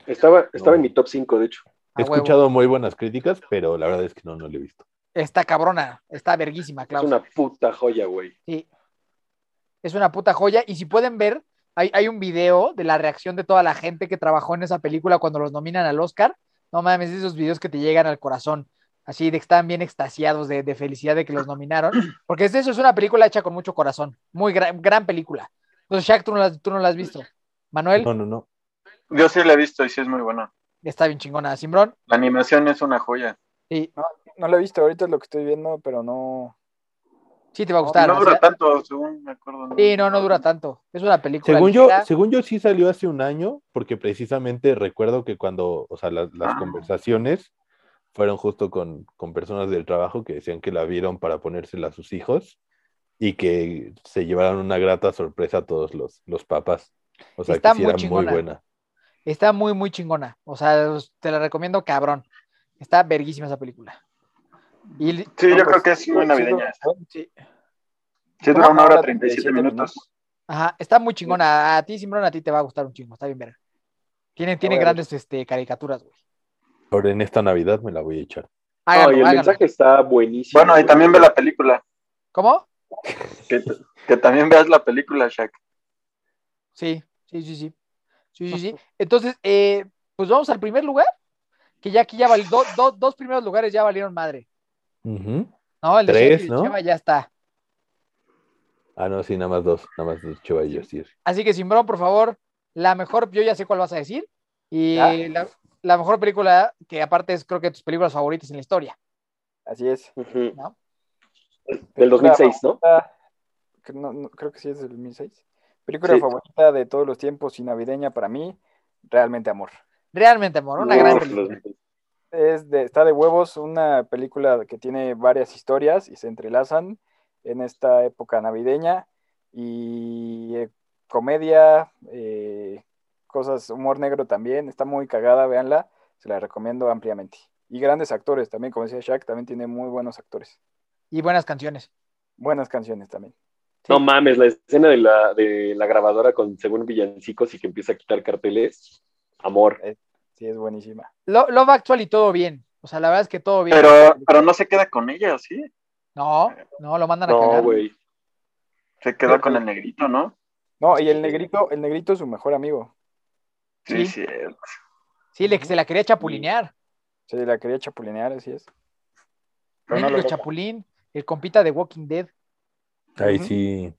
Speaker 5: Estaba, estaba
Speaker 3: No.
Speaker 5: en mi top 5, de hecho.
Speaker 2: A
Speaker 3: He
Speaker 2: huevo.
Speaker 3: escuchado muy buenas críticas, pero la verdad es que no, no lo he visto.
Speaker 2: Está cabrona, está verguísima, Klaus.
Speaker 5: Es una puta joya, güey.
Speaker 2: Sí. Es una puta joya. Y si pueden ver, hay, hay un video de la reacción de toda la gente que trabajó en esa película cuando los nominan al Oscar. No mames, esos videos que te llegan al corazón. Así de que están bien extasiados de, de felicidad de que los nominaron. Porque es eso, es una película hecha con mucho corazón. Muy gran, gran película. Entonces, Shaq, tú no, la, tú no la has visto. Manuel,
Speaker 3: No, no, no.
Speaker 6: Yo sí la he visto y sí es muy buena.
Speaker 2: está bien chingona. Simbrón,
Speaker 6: La animación es una joya.
Speaker 2: sí,
Speaker 4: No la he visto, ahorita es lo que estoy viendo, pero no.
Speaker 2: sí te va a gustar.
Speaker 6: no
Speaker 2: o
Speaker 6: dura
Speaker 2: sea,
Speaker 6: tanto, según me acuerdo.
Speaker 2: sí, no, no dura tanto. Es una película.
Speaker 3: Según yo,
Speaker 2: ligera.
Speaker 3: según yo sí salió hace un año, porque precisamente recuerdo que cuando, o sea, las, las
Speaker 6: Ah.
Speaker 3: conversaciones fueron justo con, con personas del trabajo que decían que la vieron para ponérsela a sus hijos y que se llevaron una grata sorpresa a todos los, los papás. O sea,
Speaker 2: Está
Speaker 3: que sí
Speaker 2: muy
Speaker 3: era muy
Speaker 2: chingona.
Speaker 3: buena.
Speaker 2: Está muy, muy chingona. O sea, os- te la recomiendo cabrón. Está verguísima esa película. Y li-
Speaker 6: Sí,
Speaker 4: No,
Speaker 6: yo
Speaker 4: pues,
Speaker 6: creo que es muy
Speaker 4: sí,
Speaker 6: navideña.
Speaker 4: sí,
Speaker 6: Sí, dura una hora 37 minutos.
Speaker 2: ajá, está muy chingona. A ti, Simbrón, a ti te va a gustar un chingo. Está bien verga. Tiene, tiene
Speaker 4: voy a ver.
Speaker 2: grandes este, caricaturas, güey.
Speaker 3: Ahora en esta Navidad me la voy a echar.
Speaker 2: Háganlo,
Speaker 5: Ay, el
Speaker 2: háganlo.
Speaker 5: mensaje está buenísimo.
Speaker 6: Bueno, y
Speaker 5: güey.
Speaker 6: también ve la película.
Speaker 2: ¿Cómo?
Speaker 6: Que, que también veas la película, Shaq.
Speaker 2: Sí, sí, sí, sí. Sí, sí, sí. Entonces, eh, pues vamos al primer lugar. Que ya aquí ya valió. dos primeros lugares ya valieron madre.
Speaker 3: Ujú.
Speaker 2: No, el de
Speaker 3: Tres,
Speaker 2: Shakira y el
Speaker 3: ¿no?
Speaker 2: Cheva ya está.
Speaker 3: Ah, no, sí, nada más dos, nada más dos Cheva y yo, sí.
Speaker 2: Así que, Simbrón, por favor, la mejor, yo ya sé cuál vas a decir. Y
Speaker 4: Ah.
Speaker 2: la, la mejor película, que aparte es creo que tus películas favoritas en la historia.
Speaker 4: Así es.
Speaker 5: Ujú.
Speaker 2: ¿No?
Speaker 5: Del 2006, ¿no?
Speaker 4: favorita- que no- no, creo que sí es del 2006. Película
Speaker 5: Sí.
Speaker 4: favorita de todos los tiempos y navideña para mí, realmente amor.
Speaker 2: Realmente, amor, una
Speaker 5: Uf,
Speaker 2: gran
Speaker 5: los-
Speaker 2: película.
Speaker 4: Es de, está de huevos, una película que tiene varias historias y se entrelazan en esta época navideña y eh, comedia, eh, cosas, humor negro también, está muy cagada, véanla, se la recomiendo ampliamente. Y grandes actores también, como decía Shaq, también tiene muy buenos actores.
Speaker 2: Y buenas canciones.
Speaker 4: Buenas canciones también.
Speaker 5: No mames, la escena de la, de la grabadora con según villancicos y que empieza a quitar carteles. Amor.
Speaker 4: Sí, es buenísima.
Speaker 2: Lo, Love Actual y todo bien. O sea, la verdad es que todo bien.
Speaker 6: Pero, pero no se queda con ella, ¿sí?
Speaker 2: No, no, lo mandan a
Speaker 5: No,
Speaker 2: cagar.
Speaker 5: güey.
Speaker 6: Se queda con el negrito, ¿no?
Speaker 4: No, y el negrito, el negrito es su mejor amigo.
Speaker 2: Sí.
Speaker 6: Sí, sí. eh,
Speaker 2: Sí, le, se la quería chapulinear.
Speaker 4: Se la quería chapulinear, así es. Pero no
Speaker 2: Emilio
Speaker 4: lo logra.
Speaker 2: Chapulín, el compita de Walking Dead.
Speaker 3: Ahí
Speaker 4: Ujú.
Speaker 3: sí.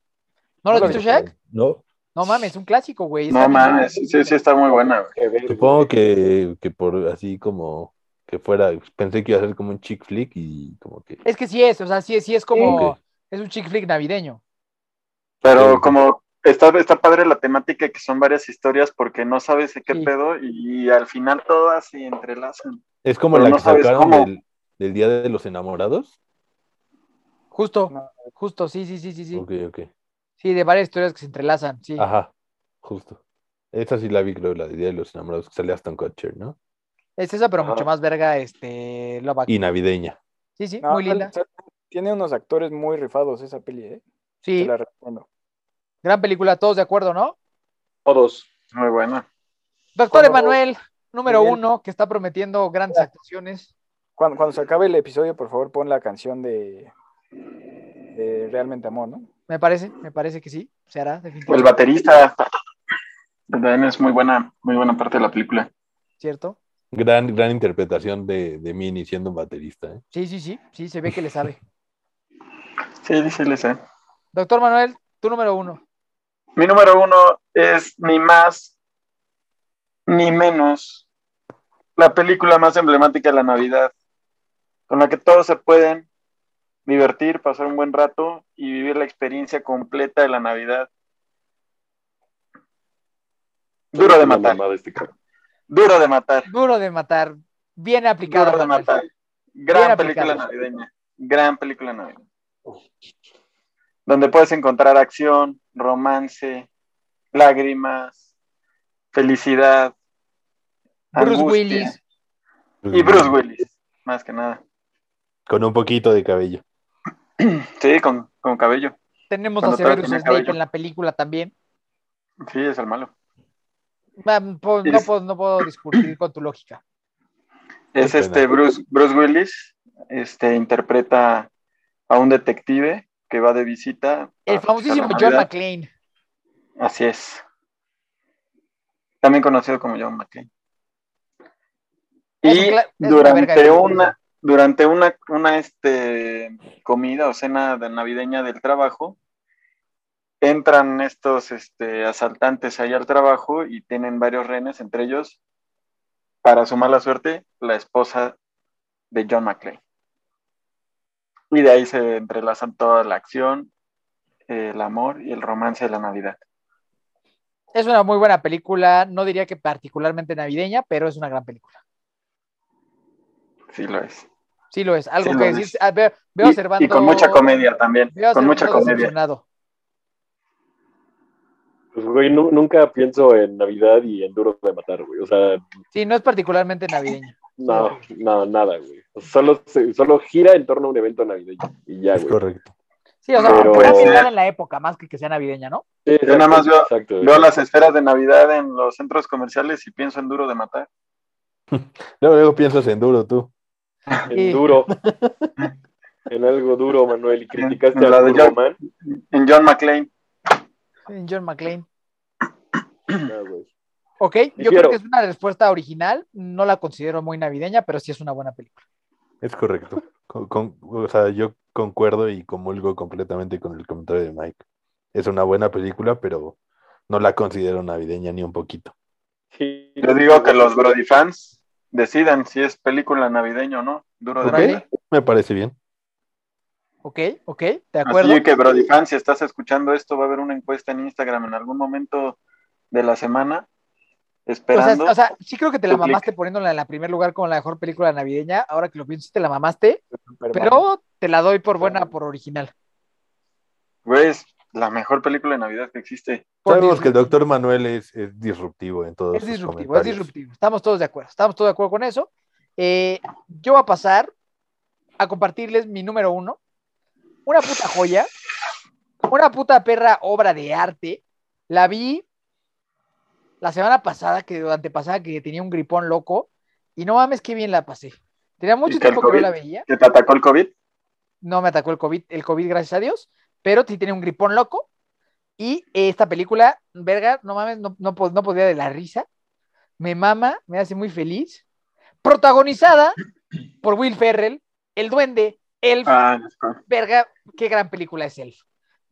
Speaker 2: ¿No lo
Speaker 4: No
Speaker 2: has
Speaker 4: lo
Speaker 2: visto, Shaq?
Speaker 3: No,
Speaker 2: No mames, un clásico, güey. Está
Speaker 6: No
Speaker 2: bien
Speaker 6: mames,
Speaker 2: verga.
Speaker 6: sí, sí está muy buena. güey.
Speaker 5: Qué verga.
Speaker 3: Supongo que, que por así como que fuera, pensé que iba a ser como un chick flick y como que
Speaker 2: Es que sí es, o sea, sí, sí es como.
Speaker 3: Ok.
Speaker 2: Es un chick flick navideño.
Speaker 3: Sí, sí.
Speaker 6: Pero como está, está padre la temática que son varias historias porque no sabes de qué
Speaker 2: Sí.
Speaker 6: pedo y, y al final todas se entrelazan.
Speaker 3: es como
Speaker 6: Pero
Speaker 3: la
Speaker 6: no
Speaker 3: que
Speaker 6: sabes
Speaker 3: sacaron
Speaker 6: cómo.
Speaker 3: del, del Día de los Enamorados.
Speaker 2: Justo,
Speaker 4: No.
Speaker 2: justo, sí, sí, sí, sí, sí.
Speaker 3: Ok, ok.
Speaker 2: Sí, de varias historias que se entrelazan, sí.
Speaker 3: Ajá, justo. Esa sí la vi, creo, la del Día de los Enamorados, que sale Aston Kutcher, ¿no?
Speaker 2: Es esa, pero
Speaker 5: Ajá.
Speaker 2: mucho más verga, este, Love Actual.
Speaker 3: Y navideña.
Speaker 2: Sí, sí,
Speaker 4: No,
Speaker 2: muy
Speaker 6: pues,
Speaker 4: sale-
Speaker 2: linda.
Speaker 4: sale- tiene unos actores muy rifados esa peli, ¿eh?
Speaker 2: Sí,
Speaker 4: Te la recomiendo.
Speaker 2: gran película, todos de acuerdo, ¿no?
Speaker 5: Todos.
Speaker 6: Muy buena.
Speaker 2: Doctor
Speaker 4: Como-
Speaker 2: Emanuel, número
Speaker 4: Miguel.
Speaker 2: uno, que está prometiendo grandes actuaciones.
Speaker 4: Cuando, cuando se acabe el episodio, por favor, pon la canción de, de Realmente Amor, ¿no?
Speaker 2: Me parece, me parece que sí, se hará,
Speaker 6: El
Speaker 2: definitivamente,
Speaker 6: baterista también es muy buena, muy buena parte de la película.
Speaker 2: ¿cierto?
Speaker 3: Gran, gran interpretación de, de Minnie siendo un baterista, ¿eh?
Speaker 2: Sí, sí, sí, sí, se ve que le sabe.
Speaker 6: Sí, dice Lisa.
Speaker 2: Doctor Manuel, Tu número uno.
Speaker 6: Mi número uno es ni más ni menos la película más emblemática de la Navidad, con la que todos se pueden divertir, pasar un buen rato y vivir la experiencia completa de la Navidad. Duro de
Speaker 5: La
Speaker 6: matar,
Speaker 5: mamá de este cabrón.
Speaker 6: duro de matar,
Speaker 2: Duro de matar. Bien aplicado.
Speaker 6: duro de
Speaker 2: Manuel.
Speaker 6: matar.
Speaker 2: Bien
Speaker 6: Gran película
Speaker 2: aplicado.
Speaker 6: navideña, gran película navideña. Donde puedes encontrar acción, romance, lágrimas, felicidad,
Speaker 2: Bruce
Speaker 6: angustia.
Speaker 2: Willis.
Speaker 6: Y Bruce Willis, más que nada.
Speaker 3: Con un poquito de cabello.
Speaker 6: Sí, con, con cabello.
Speaker 2: Tenemos
Speaker 6: Cuando
Speaker 2: a Severus
Speaker 6: todavía tenía
Speaker 2: Snape
Speaker 6: cabello.
Speaker 2: en la película también.
Speaker 6: Sí, es el malo.
Speaker 2: Ah, po- No
Speaker 6: Es-
Speaker 2: puedo, no puedo discutir con tu lógica.
Speaker 6: Es
Speaker 3: Qué pena.
Speaker 6: este Bruce, Bruce Willis, este interpreta a un detective que va de visita.
Speaker 2: El
Speaker 6: a- pues, a la
Speaker 2: famosísimo John
Speaker 6: Navidad.
Speaker 2: McClane.
Speaker 6: Así es. También conocido como John McClane.
Speaker 2: Es un
Speaker 6: Y
Speaker 2: cla- es una verga de
Speaker 6: durante
Speaker 2: película.
Speaker 6: una, durante una, una este, comida o cena de navideña del trabajo, entran estos este, asaltantes ahí al trabajo y tienen varios rehenes, entre ellos, para su mala suerte, la esposa de John McClane. Y de ahí se entrelazan toda la acción, el amor y el romance de la Navidad.
Speaker 2: Es una muy buena película. No diría que particularmente navideña, pero es una gran película.
Speaker 6: Sí lo es.
Speaker 2: Sí lo es. Algo
Speaker 6: Sí
Speaker 2: que
Speaker 6: lo
Speaker 2: decir.
Speaker 6: es.
Speaker 2: Ah, veo, veo
Speaker 6: Y-
Speaker 2: observando.
Speaker 6: Y con mucha comedia también.
Speaker 2: Veo
Speaker 6: Con mucha
Speaker 2: Servando
Speaker 6: comedia.
Speaker 2: decepcionado.
Speaker 5: Pues, güey, nu- nunca pienso en Navidad y en Duro de Matar, güey. O sea,
Speaker 2: Sí, no es particularmente navideña.
Speaker 5: no, no, nada, güey. O sea, Solo, se- solo gira en torno a un evento navideño y
Speaker 6: Ah,
Speaker 5: ya,
Speaker 3: Es
Speaker 5: güey.
Speaker 3: correcto.
Speaker 2: Sí, o sea,
Speaker 5: Pero-
Speaker 2: para ambientar en la época, más que que sea navideña, ¿no?
Speaker 5: Sí, exacto,
Speaker 6: nada más veo-
Speaker 5: exacto.
Speaker 6: Veo las esferas de Navidad en los centros comerciales y pienso en Duro de Matar.
Speaker 3: Luego, luego piensas en duro tú.
Speaker 5: En duro. en algo duro, Manuel. Y criticaste
Speaker 6: La
Speaker 5: a
Speaker 6: de
Speaker 5: Turboman.
Speaker 6: En John McClane.
Speaker 2: En John McClane.
Speaker 5: No, Ah, güey.
Speaker 2: Ok, yo creo
Speaker 5: Difiero.
Speaker 2: que es una respuesta original. No la considero muy navideña, pero sí es una buena película.
Speaker 3: Es correcto. Con- con- o sea, yo concuerdo y comulgo completamente con el comentario de Mike. Es una buena película, pero no la considero navideña ni un poquito.
Speaker 5: Sí.
Speaker 6: Yo digo que los Brody fans decidan si es película navideña o no. Duro de
Speaker 3: ¿Ok?
Speaker 2: Órale.
Speaker 6: Matar.
Speaker 3: Me parece bien.
Speaker 2: Ok, ok, de acuerdo.
Speaker 6: Así que Brody fans, si estás escuchando esto, va a haber una encuesta en Instagram en algún momento de la semana.
Speaker 2: O sea,
Speaker 6: Esperando.
Speaker 2: Pues, o sea, sí creo que te la
Speaker 6: Duplica.
Speaker 2: mamaste poniéndola en la primer lugar como la mejor película navideña. Ahora que lo pienso, sí te la mamaste, pero te la doy por buena, por original.
Speaker 6: Güey, es la mejor película de Navidad que existe.
Speaker 2: Por
Speaker 3: Sabemos que el
Speaker 2: disruptivo.
Speaker 3: doctor Manuel es, es disruptivo en todos
Speaker 2: Es
Speaker 3: sus
Speaker 2: disruptivo, es
Speaker 3: comentarios.
Speaker 2: disruptivo. Estamos todos de acuerdo, estamos todos de acuerdo con eso. Eh, yo voy a pasar a compartirles mi número uno, una puta joya, una puta perra obra de arte. La vi la semana pasada, que durante pasada que tenía un gripón loco, y no mames qué bien la pasé. Tenía mucho
Speaker 6: ¿Y que el
Speaker 2: tiempo que no
Speaker 6: COVID?
Speaker 2: la veía,
Speaker 6: ¿Que te atacó el COVID?
Speaker 2: no me atacó el COVID, el COVID gracias a Dios, pero sí tenía un gripón loco. Y esta película, verga, no mames, no, no, po- no podía de la risa. Me mama, me hace muy feliz. Protagonizada por Will Ferrell, el duende, Elf,
Speaker 6: Ah,
Speaker 2: verga, qué gran película es Elf.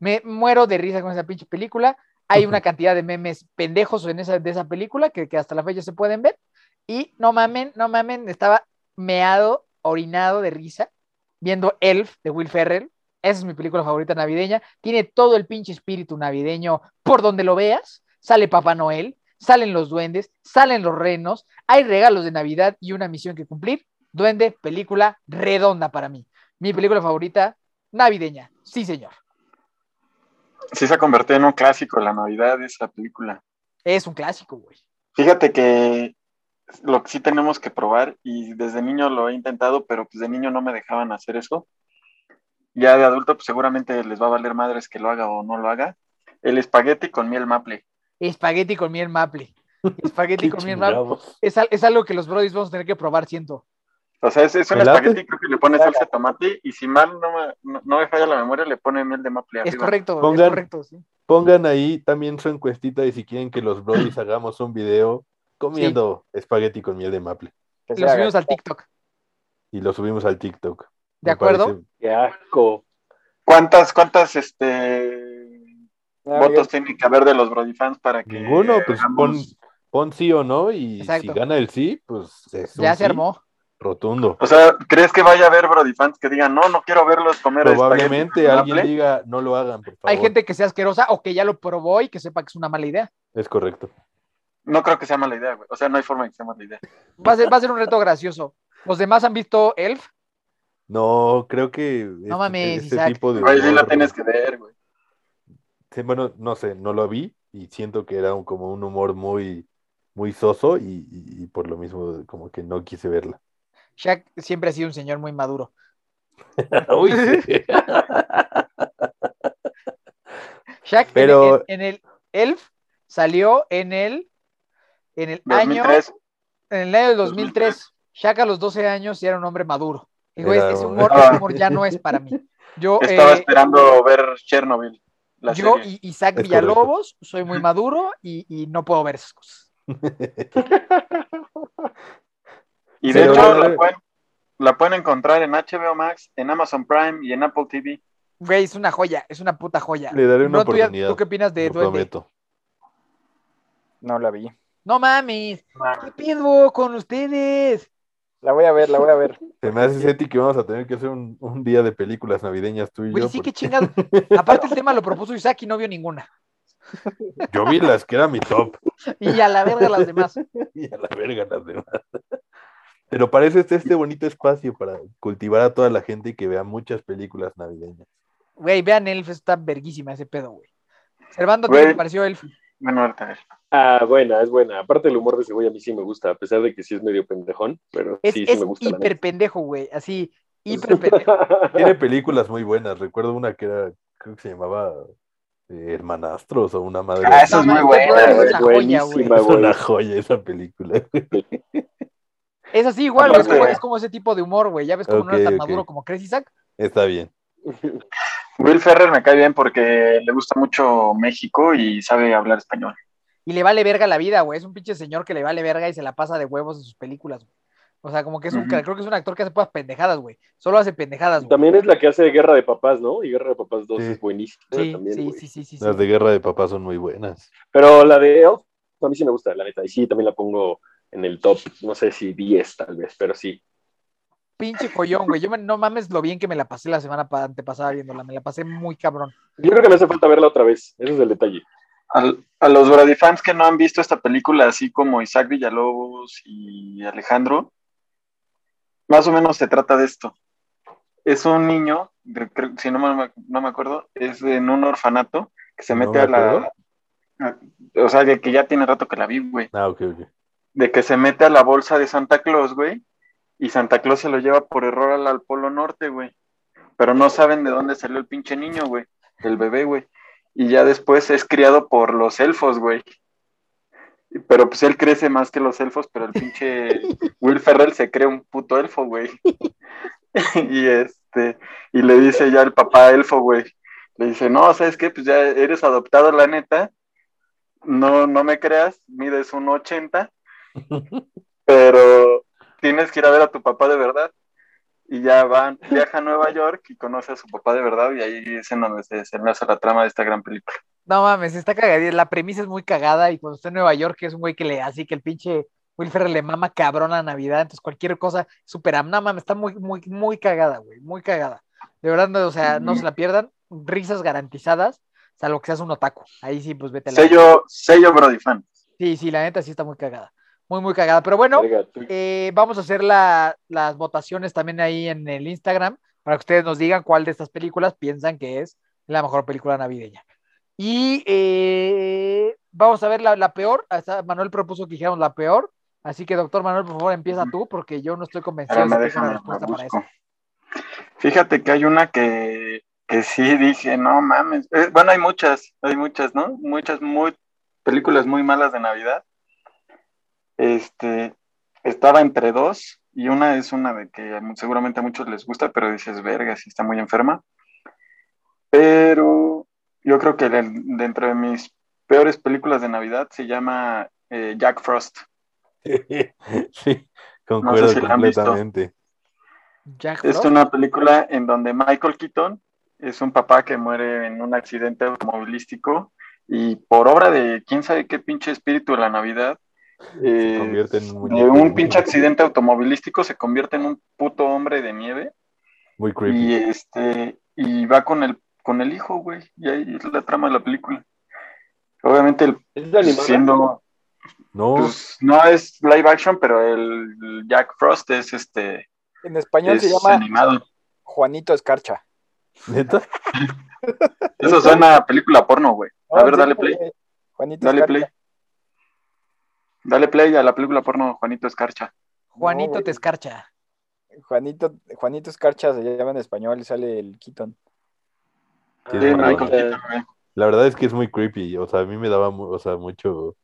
Speaker 2: Me muero de risa con esa pinche película. Hay una cantidad de memes pendejos en esa, de esa película que, que hasta la fecha se pueden ver. Y no mamen, no mamen, estaba meado, orinado de risa viendo Elf de Will Ferrell. Esa es mi película favorita navideña. Tiene todo el pinche espíritu navideño por donde lo veas. Sale Papá Noel, salen los duendes, salen los renos, hay regalos de Navidad y una misión que cumplir. Duende, película redonda para mí. Mi película favorita navideña. Sí, señor.
Speaker 6: sí se ha convertido en un clásico la Navidad esa película.
Speaker 2: Es un clásico, güey.
Speaker 6: Fíjate que lo que sí tenemos que probar, y desde niño lo he intentado, pero pues de niño no me dejaban hacer eso. Ya de adulto, pues seguramente les va a valer madres que lo haga o no lo haga. El espagueti con miel maple.
Speaker 2: Espagueti con miel maple. Espagueti
Speaker 3: Qué
Speaker 2: con miel maple.
Speaker 3: chingados.
Speaker 2: Es, al- es algo que los brodies vamos a tener que probar, siento.
Speaker 6: O sea, es, es un
Speaker 3: ¿Me late?
Speaker 6: espagueti, creo que le pone salsa de tomate, y si mal no me, no- no me falla la memoria, le pone miel de maple
Speaker 2: Es
Speaker 6: arriba.
Speaker 2: correcto, es
Speaker 3: Pongan-
Speaker 2: correcto, sí.
Speaker 3: Pongan ahí también su encuestita y si quieren que los brodies hagamos un video comiendo espagueti con miel de maple
Speaker 4: Que se
Speaker 2: Lo
Speaker 4: haga.
Speaker 2: subimos al TikTok.
Speaker 3: y lo subimos al TikTok.
Speaker 2: ¿De
Speaker 3: Me
Speaker 2: acuerdo?
Speaker 3: parece-
Speaker 5: Qué asco.
Speaker 6: ¿Cuántas, cuántas, este,
Speaker 4: Ah,
Speaker 6: votos tienen que haber de los Brody fans para que.
Speaker 3: Ninguno, pues pon,
Speaker 6: hagamos-
Speaker 3: pon sí o no, y
Speaker 2: Exacto.
Speaker 3: si gana el sí, pues es un
Speaker 2: Ya se
Speaker 3: sí
Speaker 2: armó.
Speaker 3: rotundo.
Speaker 6: O sea, ¿crees que vaya a haber Brody fans que digan, no, no quiero verlos comer
Speaker 3: Probablemente
Speaker 6: espagueti
Speaker 3: alguien
Speaker 6: doble"?
Speaker 3: diga, no lo hagan, por favor.
Speaker 2: Hay gente que sea asquerosa o que ya lo probó y que sepa que es una mala idea.
Speaker 3: Es correcto.
Speaker 6: No creo que sea mala idea, güey. O sea, no hay forma de que sea mala idea.
Speaker 2: Va a ser, va a ser un reto gracioso. Los demás han visto Elf.
Speaker 3: No, creo que este,
Speaker 2: mames,
Speaker 3: este
Speaker 2: Isaac.
Speaker 3: tipo de
Speaker 6: Güey, sí la
Speaker 3: humor-
Speaker 6: tienes que ver, güey.
Speaker 3: Sí, bueno, no sé, no lo vi y siento que era un- como un humor muy, muy soso y, y- y por lo mismo como que no quise verla.
Speaker 2: Shaq siempre ha sido un señor muy maduro.
Speaker 3: Uy, sí.
Speaker 2: Shaq en-
Speaker 3: Pero-
Speaker 2: en, en el Elf salió en el en el año
Speaker 6: 2003.
Speaker 2: en el año del 2003. Shaq a los 12 años y era un hombre maduro. Digo,
Speaker 3: Era
Speaker 2: ese
Speaker 3: un-
Speaker 2: humor, ese humor ya no es para mí. Yo,
Speaker 6: Estaba
Speaker 2: eh,
Speaker 6: esperando ver Chernobyl. La
Speaker 2: yo
Speaker 6: serie.
Speaker 2: y Isaac
Speaker 3: Es
Speaker 2: Villalobos soy muy maduro y, y no puedo ver esas cosas.
Speaker 6: Y de
Speaker 3: Pero
Speaker 6: hecho,
Speaker 3: bueno,
Speaker 6: la pueden, la pueden encontrar en HBO Max, en Amazon Prime y en Apple TV.
Speaker 2: Güey, es una joya, es una puta joya.
Speaker 3: Le daré una
Speaker 2: Bro, tú ya-
Speaker 3: oportunidad,
Speaker 2: ¿Tú qué opinas de
Speaker 3: lo
Speaker 2: Duende?
Speaker 3: prometo.
Speaker 4: No la vi.
Speaker 2: No mames, ¿qué pedo con ustedes?
Speaker 4: La voy a ver, la voy a ver.
Speaker 3: Se me hace, Seti, que vamos a tener que hacer un, un día de películas navideñas tú y
Speaker 2: Güey,
Speaker 3: yo,
Speaker 2: sí que
Speaker 3: porque
Speaker 2: chingado. Aparte el tema lo propuso Isaac y no vio ninguna.
Speaker 3: yo vi las que era mi top
Speaker 2: Y a la verga las demás.
Speaker 3: y a la verga las demás. Pero parece este, este bonito espacio para cultivar a toda la gente y que vea muchas películas navideñas.
Speaker 2: Güey, vean Elf, está verguísima ese pedo, güey. Servando, ¿a ti
Speaker 6: Güey.
Speaker 2: te pareció Elf?
Speaker 6: Bueno, ahorita a ver.
Speaker 5: Ah, buena, es buena. Aparte el humor de cebolla a mí sí me gusta, a pesar de que sí es medio pendejón, pero
Speaker 2: Es,
Speaker 5: sí, sí
Speaker 2: es
Speaker 5: me gusta. la
Speaker 2: hiper pendejo, güey. Así, hiper pendejo.
Speaker 5: neta.
Speaker 3: Tiene películas muy buenas. Recuerdo una que era, creo que se llamaba eh, Hermanastros o una madre.
Speaker 6: Ah,
Speaker 3: así.
Speaker 6: esa es muy
Speaker 2: Este
Speaker 6: buena,
Speaker 2: brother
Speaker 6: güey.
Speaker 2: es una joya, güey.
Speaker 5: Buenísima.
Speaker 3: Es una joya esa película.
Speaker 2: Es así igual, güey. Es
Speaker 6: Aparte-
Speaker 2: como, es como ese tipo de humor, güey. Ya ves como no
Speaker 3: Ok,
Speaker 2: eres tan
Speaker 3: ok.
Speaker 2: maduro como crees, Isaac.
Speaker 3: Está bien.
Speaker 6: Will Ferrer me cae bien porque le gusta mucho México y sabe hablar español.
Speaker 2: Y le vale verga la vida, güey. Es un pinche señor que le vale verga y se la pasa de huevos en sus películas, güey. O sea, como que es un,
Speaker 6: Ujú.
Speaker 2: creo que es un actor que hace puras pendejadas, güey. Solo hace pendejadas, güey.
Speaker 5: También es la que hace Guerra de Papás, ¿no? Y Guerra de Papás 2
Speaker 3: Sí.
Speaker 5: es buenísima
Speaker 2: Sí,
Speaker 5: también,
Speaker 2: sí,
Speaker 5: güey.
Speaker 2: sí, sí, sí, sí.
Speaker 3: Las de Guerra de Papá son muy buenas.
Speaker 5: Pero la de Elf, a mí sí me gusta, la neta. Y sí, también la pongo en el top, no sé si 10 tal vez, pero sí.
Speaker 2: Pinche collón, güey. Yo me- no mames lo bien que me la pasé la semana pa- antepasada viéndola. Me la pasé muy cabrón.
Speaker 5: Yo creo que me hace falta verla otra vez, ese es el detalle.
Speaker 6: Al- a los Brody fans que no han visto esta película, así como Isaac Villalobos y Alejandro, más o menos se trata de esto. Es un niño, de- creo- si no me, no me acuerdo, es en un orfanato que se
Speaker 3: No
Speaker 6: mete
Speaker 3: me
Speaker 6: a la...
Speaker 3: acuerdo.
Speaker 6: a- o sea, de que ya tiene rato que la vi, güey.
Speaker 3: Ah, ok, ok.
Speaker 6: De que se mete a la bolsa de Santa Claus, güey. Y Santa Claus se lo lleva por error al, al Polo Norte, güey. Pero no saben de dónde salió el pinche niño, güey. El bebé, güey. Y ya después es criado por los elfos, güey. Pero pues él crece más que los elfos, pero el pinche Will Ferrell se cree un puto elfo, güey. y este, y le dice ya el papá elfo, güey. Le dice, no, ¿sabes qué? Pues ya eres adoptado, la neta. No, no me creas, mides un 80, pero tienes que ir a ver a tu papá de verdad. Y ya van, viaja a Nueva York y conoce a su papá de verdad, y ahí es en donde se desenlaza la trama de esta gran película.
Speaker 2: No mames, está cagada. La premisa es muy cagada. Y cuando está en Nueva York, es un güey que le, así que el pinche Wilfer le mama cabrón a Navidad. Entonces cualquier cosa, super am. No mames, está muy, muy, muy cagada, güey. Muy cagada. De verdad, no, o sea, no se la pierdan. Risas garantizadas, salvo que seas un otaku. Ahí sí, pues vete a la.
Speaker 6: Sello, sello Brody Fan.
Speaker 2: Sí, sí, la neta sí está muy cagada. Muy, muy cagada. Pero bueno,
Speaker 5: Verga, tú-
Speaker 2: eh, vamos a hacer la- las votaciones también ahí en el Instagram para que ustedes nos digan cuál de estas películas piensan que es la mejor película navideña. Y eh, vamos a ver la, la peor. Hasta Manuel propuso que dijéramos la peor. Así que, doctor Manuel, por favor, empieza tú porque yo no estoy convencido
Speaker 6: Ahora
Speaker 2: de
Speaker 6: me
Speaker 2: que tenga una
Speaker 6: déjame, la
Speaker 2: respuesta para eso.
Speaker 6: busco. Fíjate que hay una que, que sí dije, no mames. Eh, bueno, hay muchas, hay muchas, ¿no? Muchas muy películas muy malas de Navidad. Este, estaba entre dos y una es una de que seguramente a muchos les gusta, pero dices, verga, sí está muy enferma. Pero yo creo que de- dentro de mis peores películas de Navidad se llama eh, Jack Frost.
Speaker 3: sí, concuerdo
Speaker 6: si la han visto.
Speaker 3: completamente.
Speaker 2: Jack
Speaker 6: Es
Speaker 2: Frost.
Speaker 6: una película en donde Michael Keaton es un papá que muere en un accidente automovilístico y por obra de quién sabe qué pinche espíritu de la Navidad,
Speaker 3: Se
Speaker 6: eh,
Speaker 3: convierte en un
Speaker 6: de
Speaker 3: muñeco
Speaker 6: un
Speaker 3: muy-
Speaker 6: pinche accidente automovilístico se convierte en un puto hombre de nieve
Speaker 3: Muy creepy.
Speaker 6: y este y va con el con el hijo, güey, y ahí es la trama de la película. Obviamente el pues,
Speaker 5: ¿Es animada?
Speaker 4: eh?
Speaker 6: siendo
Speaker 3: No,
Speaker 6: pues, no es live action, pero el Jack Frost es este
Speaker 4: En español
Speaker 6: es
Speaker 4: se llama
Speaker 6: animado.
Speaker 4: Juanito Escarcha.
Speaker 3: neta.
Speaker 6: Eso suena a película porno, Ah, güey. A
Speaker 4: No,
Speaker 6: ver,
Speaker 4: Oh, sí,
Speaker 6: dale play.
Speaker 4: güey. Juanito
Speaker 6: Dale
Speaker 4: Escarcha.
Speaker 6: play. Dale play a la película porno Juanito Escarcha.
Speaker 2: Juanito
Speaker 4: güey.
Speaker 2: te escarcha.
Speaker 4: Juanito, Juanito Escarcha se llama en español y sale el Keaton.
Speaker 5: Ah,
Speaker 6: Sí, no hay
Speaker 5: o sea,
Speaker 6: conflicto, güey.
Speaker 3: La verdad es que es muy creepy. O sea, a mí me daba mu- o sea, mucho,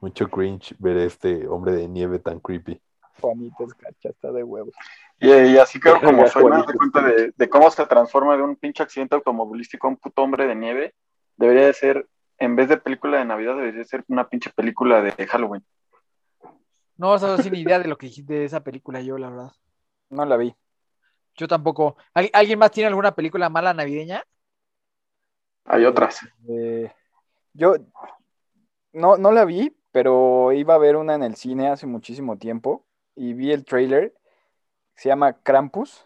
Speaker 3: mucho cringe ver a este hombre de nieve tan creepy.
Speaker 4: Juanito Escarcha está de huevos.
Speaker 6: Y, y así creo como
Speaker 5: Ya,
Speaker 6: suena,
Speaker 5: Juanito
Speaker 6: de cuenta de, de cómo se transforma de un pinche accidente automovilístico a un puto hombre de nieve. Debería de ser, en vez de película de Navidad, debería de ser una pinche película de Halloween.
Speaker 2: No, o sea, sin idea de lo que dijiste de esa película yo, la verdad.
Speaker 4: No la vi.
Speaker 2: Yo tampoco. ¿Al- ¿Alguien más tiene alguna película mala navideña?
Speaker 6: Hay otras.
Speaker 4: Eh, yo no, no la vi, pero iba a ver una en el cine hace muchísimo tiempo y vi el trailer. Se llama Krampus.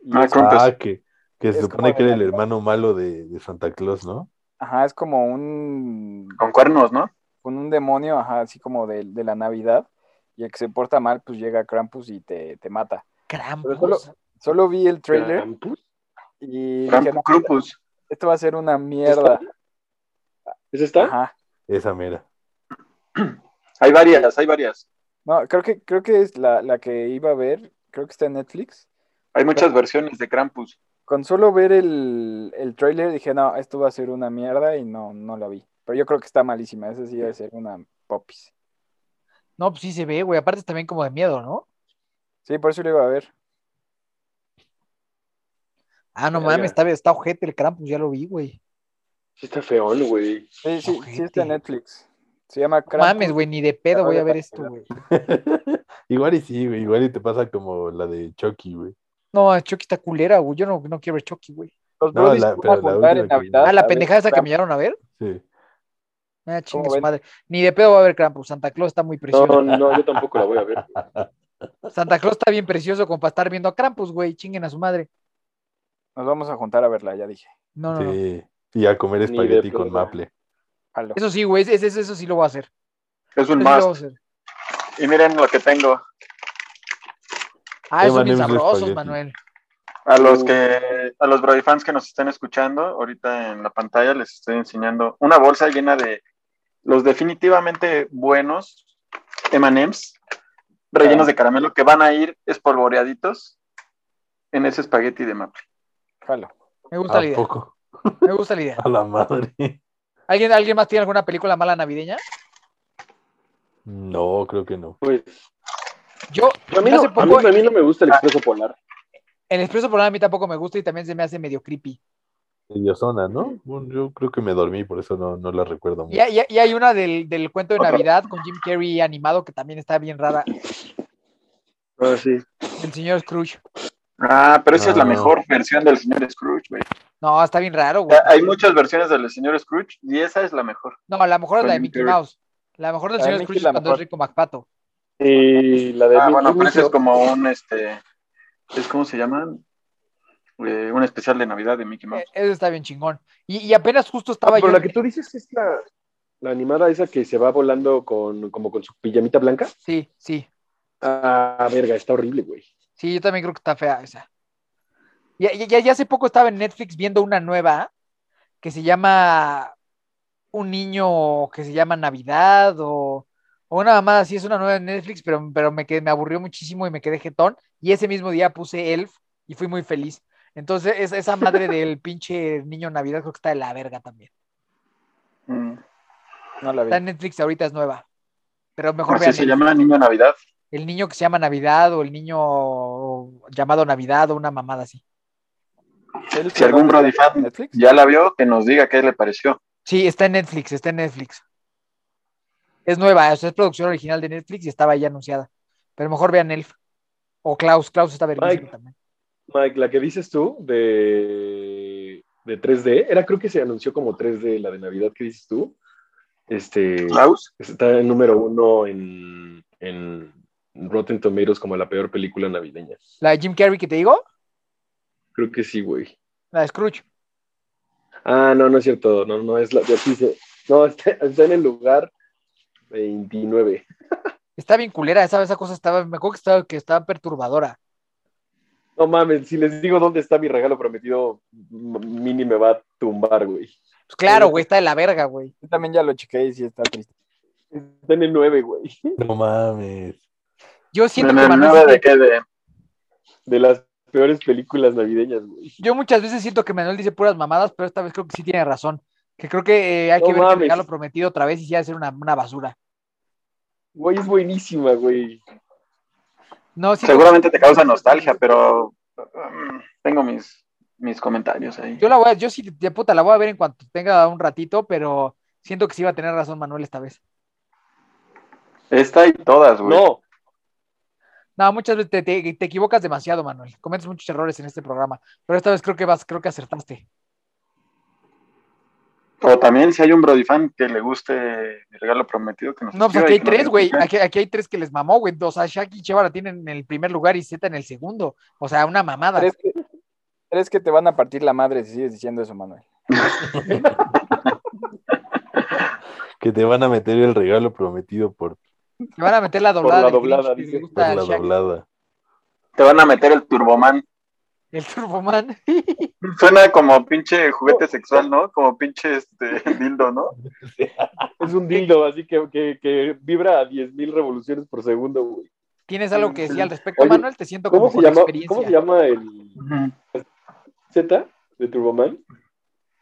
Speaker 4: Y
Speaker 6: Ah,
Speaker 4: es-
Speaker 6: Krampus.
Speaker 3: Ah, que, que se
Speaker 4: Es
Speaker 3: supone
Speaker 4: como
Speaker 3: que
Speaker 4: de
Speaker 3: era el
Speaker 4: la-
Speaker 3: hermano malo de, de Santa Claus, ¿no?
Speaker 4: Ajá, es como un
Speaker 6: Con cuernos, ¿no?
Speaker 4: con un demonio, ajá, así como de, de la Navidad, y el que se porta mal, pues llega Krampus y te, te mata.
Speaker 2: Krampus.
Speaker 4: solo- Solo vi el trailer
Speaker 5: Krampus.
Speaker 4: y dije,
Speaker 6: Krampus
Speaker 4: "No,
Speaker 6: Krupus.
Speaker 4: esto va a ser una mierda.
Speaker 5: ¿Es esta?
Speaker 4: Ajá.
Speaker 3: Esa mera.
Speaker 6: Hay varias, hay varias.
Speaker 4: No, creo que, creo que es la, la que iba a ver, creo que está en Netflix.
Speaker 6: Hay muchas versiones de Krampus.
Speaker 4: Con solo ver el, el trailer dije, no, esto va a ser una mierda y no, no la vi. Pero yo creo que está malísima, esa sí va a ser una popis.
Speaker 2: No, pues sí se ve, güey. Aparte es también como de miedo, ¿no?
Speaker 4: Sí, por eso la iba a ver.
Speaker 2: Ah, no
Speaker 5: Verga.
Speaker 2: mames, está, está ojete el Krampus, ya lo vi, güey.
Speaker 5: Sí está feón, güey.
Speaker 4: Sí, sí, sí
Speaker 2: Ojete.
Speaker 4: está en Netflix. Se llama
Speaker 2: No
Speaker 4: Krampus.
Speaker 2: mames, güey, ni de pedo voy a ver esto, güey.
Speaker 3: igual y sí, güey. Igual y te pasa como la de Chucky, güey.
Speaker 2: No, Chucky está culera, güey. Yo no, no quiero ver Chucky, güey.
Speaker 4: Los
Speaker 3: No,
Speaker 4: Brodis
Speaker 3: la-
Speaker 4: se van a
Speaker 3: pero la
Speaker 4: juntar en
Speaker 3: última que vi.
Speaker 4: Navidad
Speaker 2: Ah, la
Speaker 4: a ver
Speaker 2: pendejada esa que
Speaker 4: Krampus.
Speaker 2: me llevaron a ver.
Speaker 3: Sí.
Speaker 2: Ah,
Speaker 4: ¿Cómo
Speaker 2: chingas
Speaker 4: ven?
Speaker 2: madre. Ni de pedo va a ver Krampus. Santa Claus está muy
Speaker 5: No,
Speaker 2: precioso.
Speaker 5: no, yo tampoco la voy a ver.
Speaker 2: Santa Claus está bien precioso como para estar viendo a Krampus, güey. Chinguen a su madre.
Speaker 4: Nos vamos a juntar a verla, ya dije.
Speaker 2: No, no, no.
Speaker 3: Sí. Y a comer
Speaker 5: Ni de
Speaker 3: espagueti con
Speaker 5: pedo.
Speaker 3: maple.
Speaker 4: Jalo.
Speaker 2: Eso sí, güey. Eso, eso, eso sí lo voy a hacer.
Speaker 6: Es
Speaker 2: Eso
Speaker 6: un
Speaker 2: sí lo voy a
Speaker 6: must.
Speaker 2: hacer.
Speaker 6: Y miren lo que tengo.
Speaker 2: Ah, esos son bien
Speaker 3: M&M's de
Speaker 2: sabrosos,
Speaker 3: espagueti.
Speaker 2: Manuel.
Speaker 6: A los que, a los Brody fans que nos están escuchando, ahorita en la pantalla les estoy enseñando una bolsa llena de los definitivamente buenos M&M's rellenos de caramelo que van a ir espolvoreaditos en ese espagueti de maple.
Speaker 4: Jalo.
Speaker 2: Me gusta
Speaker 3: ¿A
Speaker 2: la idea.
Speaker 3: poco?
Speaker 2: Me gusta la idea.
Speaker 3: A la madre.
Speaker 2: ¿Alguien, ¿Alguien más tiene alguna película mala navideña?
Speaker 3: No, creo que no.
Speaker 5: Pues,
Speaker 2: Yo,
Speaker 5: a mí, no,
Speaker 2: hace
Speaker 5: a, mí,
Speaker 2: poco,
Speaker 5: a mí no me gusta el expreso polar.
Speaker 2: el expreso polar a mí tampoco me gusta y también se me hace medio creepy.
Speaker 3: Mediosona, ¿no? Bueno, yo creo que me dormí, por eso no, no la recuerdo mucho.
Speaker 2: Y, hay- y hay una del, del cuento de
Speaker 6: Otra.
Speaker 2: Navidad con Jim Carrey animado que también está bien rara.
Speaker 6: Ah, sí.
Speaker 2: El señor Scrooge.
Speaker 6: Ah, pero esa es la
Speaker 3: Ah.
Speaker 6: mejor versión del señor Scrooge, güey.
Speaker 2: No, está bien raro,
Speaker 6: O
Speaker 2: güey.
Speaker 6: sea, Hay muchas versiones del señor Scrooge y esa es la mejor.
Speaker 2: No, la mejor es la de
Speaker 6: Con Jim
Speaker 2: Mickey
Speaker 6: Carrey.
Speaker 2: Mouse. La mejor del
Speaker 4: La de
Speaker 2: señor
Speaker 4: Mickey
Speaker 2: Scrooge
Speaker 4: es la
Speaker 2: es cuando es
Speaker 4: mejor.
Speaker 2: rico MacPato.
Speaker 5: Y la de
Speaker 6: Ah,
Speaker 5: Mickey
Speaker 6: bueno, pero
Speaker 5: Mouse.
Speaker 6: ese es como un, este, es como se llaman, Eh, un especial de Navidad de Mickey Mouse.
Speaker 2: Eh, Eso está bien chingón. Y, y apenas justo estaba yo.
Speaker 5: Pero la que tú dices es la, la animada esa que se va volando con, como con su pijamita blanca.
Speaker 2: Sí, sí.
Speaker 5: Ah, verga, está horrible, güey.
Speaker 2: Sí, yo también creo que está fea esa. Ya, ya- ya- ya hace poco estaba en Netflix viendo una nueva que se llama Un niño que se llama Navidad o, o una mamada. Sí, es una nueva en Netflix, pero, pero me, quedé, me aburrió muchísimo y me quedé jetón. Y ese mismo día puse Elf y fui muy feliz. Entonces, es- esa madre del pinche niño Navidad creo que está de la verga también.
Speaker 6: Mm.
Speaker 4: No la vi.
Speaker 2: Está en Netflix ahorita, es nueva. Pero mejor
Speaker 6: Así
Speaker 2: vean
Speaker 6: se
Speaker 2: el,
Speaker 6: llama Niño Navidad.
Speaker 2: el niño que se llama Navidad o el niño llamado Navidad o una mamada así.
Speaker 4: ¿El
Speaker 6: Si algún
Speaker 4: programa
Speaker 6: Brody
Speaker 4: está en
Speaker 6: fan
Speaker 4: Netflix?
Speaker 6: ya la vio, que nos diga qué le pareció.
Speaker 2: Sí, está en Netflix, está en Netflix. Es nueva, o sea, es producción original de Netflix y estaba ya anunciada. Pero mejor vean Elf. O Klaus, Klaus está vergüenza
Speaker 5: Mike.
Speaker 2: también.
Speaker 5: Mike, la que dices tú de, de 3D. Era, creo que se anunció como 3D la de Navidad que dices tú. Este,
Speaker 6: Klaus.
Speaker 5: está en número uno en, en Rotten Tomatoes como la peor película navideña.
Speaker 2: La de Jim Carrey que te digo,
Speaker 5: Creo que sí, güey.
Speaker 2: la de Scrooge.
Speaker 5: Ah, no, no es cierto. No, no es la. yo sí sé. No, está, está en el lugar 29.
Speaker 2: Está bien culera, esa, esa cosa estaba, me acuerdo que estaba, que estaba perturbadora.
Speaker 5: No mames, si les digo dónde está mi regalo prometido, m- Mini me va a tumbar, güey.
Speaker 2: Pues claro,
Speaker 5: Sí.
Speaker 2: güey, está de la verga, güey.
Speaker 4: Yo también ya lo chequé y sí está triste.
Speaker 5: Está en el 9, güey.
Speaker 3: No mames.
Speaker 2: Yo siento
Speaker 6: ¿En
Speaker 2: que
Speaker 6: el
Speaker 2: Manuel
Speaker 6: nueve
Speaker 2: sí
Speaker 6: de qué? De-
Speaker 5: De las peores películas navideñas, güey.
Speaker 2: Yo muchas veces siento que Manuel dice puras mamadas, pero esta vez creo que sí tiene razón. Que creo que eh, hay
Speaker 5: No
Speaker 2: que ver que
Speaker 5: mames.
Speaker 2: regalo prometido otra vez y sí va a ser una, una basura.
Speaker 5: Güey, es buenísima, güey.
Speaker 2: No, siento-
Speaker 6: Seguramente te causa nostalgia, pero mm, tengo mis, mis comentarios ahí.
Speaker 2: Yo la voy a, yo sí, de puta, la voy a ver en cuanto tenga un ratito, pero siento que sí va a tener razón Manuel esta vez.
Speaker 6: Esta y todas, güey.
Speaker 5: No,
Speaker 2: No, muchas veces te, te- te equivocas demasiado, Manuel. Cometes muchos errores en este programa, pero esta vez creo que vas, creo que acertaste.
Speaker 6: O también si hay un Brody fan que le guste mi regalo prometido que nos
Speaker 2: No, pues
Speaker 6: escriba
Speaker 2: aquí
Speaker 6: y
Speaker 2: hay
Speaker 6: que nos
Speaker 2: tres, güey.
Speaker 6: diga.
Speaker 2: Aquí, aquí hay tres que les mamó, güey. O sea, Shaki y Cheva la tienen en el primer lugar y Z en el segundo. O sea, una mamada.
Speaker 4: Tres que, tres que te van a partir la madre si sigues diciendo eso, Manuel.
Speaker 3: Que te van a meter el regalo prometido por,
Speaker 2: Te van a meter la doblada.
Speaker 5: la
Speaker 2: del
Speaker 5: doblada,
Speaker 2: Grinch que
Speaker 5: dice.
Speaker 2: le
Speaker 3: por
Speaker 2: gusta a
Speaker 3: la
Speaker 2: Shaggy,
Speaker 3: doblada.
Speaker 6: Te van a meter el Turboman.
Speaker 2: El Turboman.
Speaker 6: Suena como pinche juguete sexual, ¿no? Como pinche este, dildo, ¿no?
Speaker 5: es un dildo, así que, que, que vibra a 10.000 revoluciones por segundo, güey.
Speaker 2: ¿Tienes algo que decir al respecto,
Speaker 5: Oye,
Speaker 2: Manuel? Te siento como
Speaker 5: ¿Cómo se,
Speaker 2: con
Speaker 5: llama,
Speaker 2: experiencia.
Speaker 5: ¿Cómo se llama el Z de Turboman?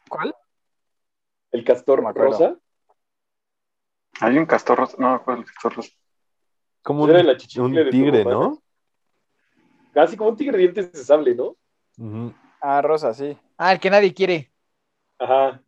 Speaker 4: ¿Cuál?
Speaker 5: El castor
Speaker 4: No me acuerdo.
Speaker 5: rosa.
Speaker 6: Hay un castor rosa. No, ¿cuál castor rosa?
Speaker 3: Como un,
Speaker 5: Era la chichicle
Speaker 3: un
Speaker 5: de tu
Speaker 3: tigre,
Speaker 5: mamá.
Speaker 3: ¿no?
Speaker 5: Casi como un tigre de dientes de sable, ¿no?
Speaker 3: Ujú.
Speaker 4: Ah, Rosa, sí.
Speaker 2: Ah, el que nadie quiere.
Speaker 5: Ajá.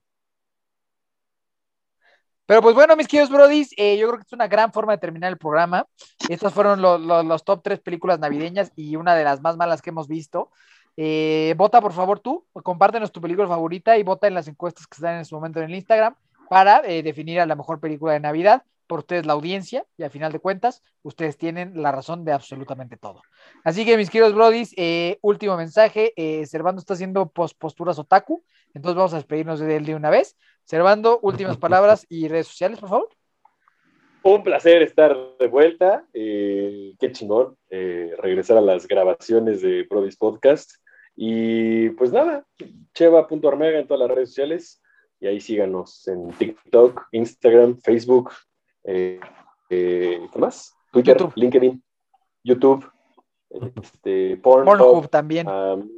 Speaker 2: Pero pues bueno, mis queridos brodis, eh, yo creo que es una gran forma de terminar el programa. Estas fueron lo- lo- los top tres películas navideñas y una de las más malas que hemos visto. Eh, vota por favor tú, compártenos tu película favorita y vota en las encuestas que están en su momento en el Instagram para eh, definir a la mejor película de Navidad. Por ustedes la audiencia y al final de cuentas, ustedes tienen la razón de absolutamente todo. Así que mis queridos brodis, eh, último mensaje, eh, Servando está haciendo pos- posturas otaku, entonces vamos a despedirnos de él de una vez. Servando, últimas palabras y redes sociales, por favor.
Speaker 5: Un placer estar de vuelta. Eh, qué chingón eh, regresar a las grabaciones de Prodis Podcast. Y pues nada, cheva.armega en todas las redes sociales. Y ahí síganos en TikTok, Instagram, Facebook, eh, eh, ¿qué más? Twitter,
Speaker 2: YouTube.
Speaker 5: LinkedIn, YouTube, este, Pornhub,
Speaker 2: Pornhub también.
Speaker 3: Ah.
Speaker 5: um,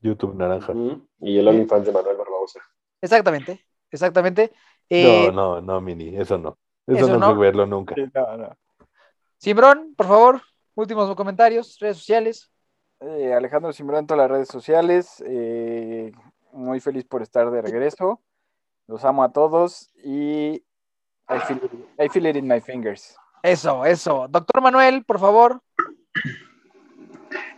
Speaker 3: YouTube naranja.
Speaker 5: ujú, y el OnlyFans de Manuel Barbosa.
Speaker 2: Exactamente, exactamente. Eh,
Speaker 3: No, no, no, Mini, eso no. Eso,
Speaker 2: eso
Speaker 3: no,
Speaker 2: no.
Speaker 3: puedo verlo nunca.
Speaker 4: Sí, no, no.
Speaker 2: Simbrón, por favor, últimos comentarios, redes sociales.
Speaker 4: Eh, Alejandro Simbrón en todas las redes sociales. eh, muy feliz por estar de regreso. Los amo a todos y I feel, I feel it in my fingers.
Speaker 2: Eso, eso. Doctor Manuel, por favor.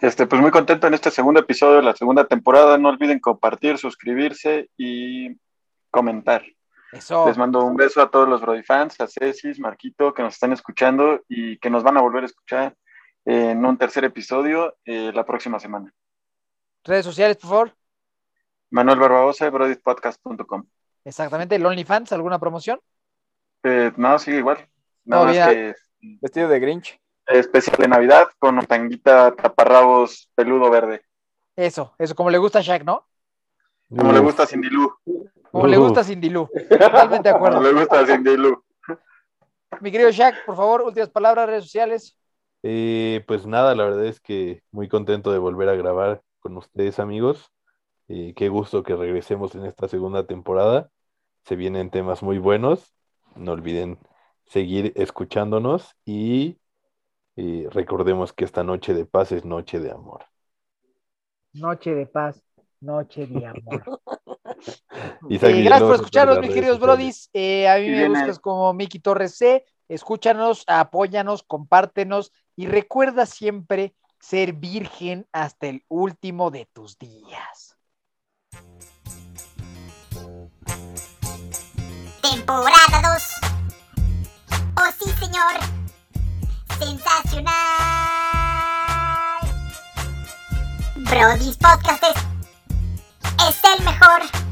Speaker 6: Este, pues muy contento en este segundo episodio de la segunda temporada. No olviden compartir, suscribirse y comentar.
Speaker 2: Eso.
Speaker 6: Les mando un beso a todos los Brody fans, a Ceci, Marquito, que nos están escuchando y que nos van a volver a escuchar en un tercer episodio eh, la próxima semana.
Speaker 2: Redes sociales, por favor.
Speaker 6: Manuel Barbaosa, brodypodcast.com.
Speaker 2: Exactamente, el OnlyFans, ¿alguna promoción?
Speaker 6: Eh, no, sigue igual. Nada
Speaker 2: No,
Speaker 6: más
Speaker 2: ya.
Speaker 6: que
Speaker 4: Vestido de Grinch.
Speaker 6: especial de Navidad con una tanguita taparrabos peludo verde.
Speaker 2: Eso, eso, como le gusta a Shaq, ¿no?
Speaker 6: Como le gusta a Cindy Lou.
Speaker 2: Como le
Speaker 3: Uh.
Speaker 2: gusta a Cindy Lou. Totalmente de
Speaker 6: Como
Speaker 2: acuerdo.
Speaker 6: le gusta a Cindy Lou.
Speaker 2: Mi querido Shaq, por favor, últimas palabras, redes sociales.
Speaker 3: Eh, pues nada, la verdad es que muy contento de volver a grabar con ustedes, amigos. Eh, qué gusto que regresemos en esta segunda temporada. Se vienen temas muy buenos. No olviden seguir escuchándonos y eh, recordemos que esta noche de paz es noche de amor.
Speaker 2: Noche de paz, noche de amor.
Speaker 3: Isaac
Speaker 2: Eh,
Speaker 3: Villalobos
Speaker 2: gracias por
Speaker 3: en todas
Speaker 2: escucharnos,
Speaker 3: las
Speaker 2: mis
Speaker 3: redes
Speaker 2: queridos
Speaker 3: sociales.
Speaker 2: brodis. Eh, a mí
Speaker 6: Y
Speaker 2: me
Speaker 6: viene-
Speaker 2: buscas como Miki Torres C. Escúchanos, apóyanos, compártenos y recuerda siempre ser virgen hasta el último de tus días.
Speaker 1: Dios. Oh sí, señor. Sensacional. Brody's Podcast es, es el mejor.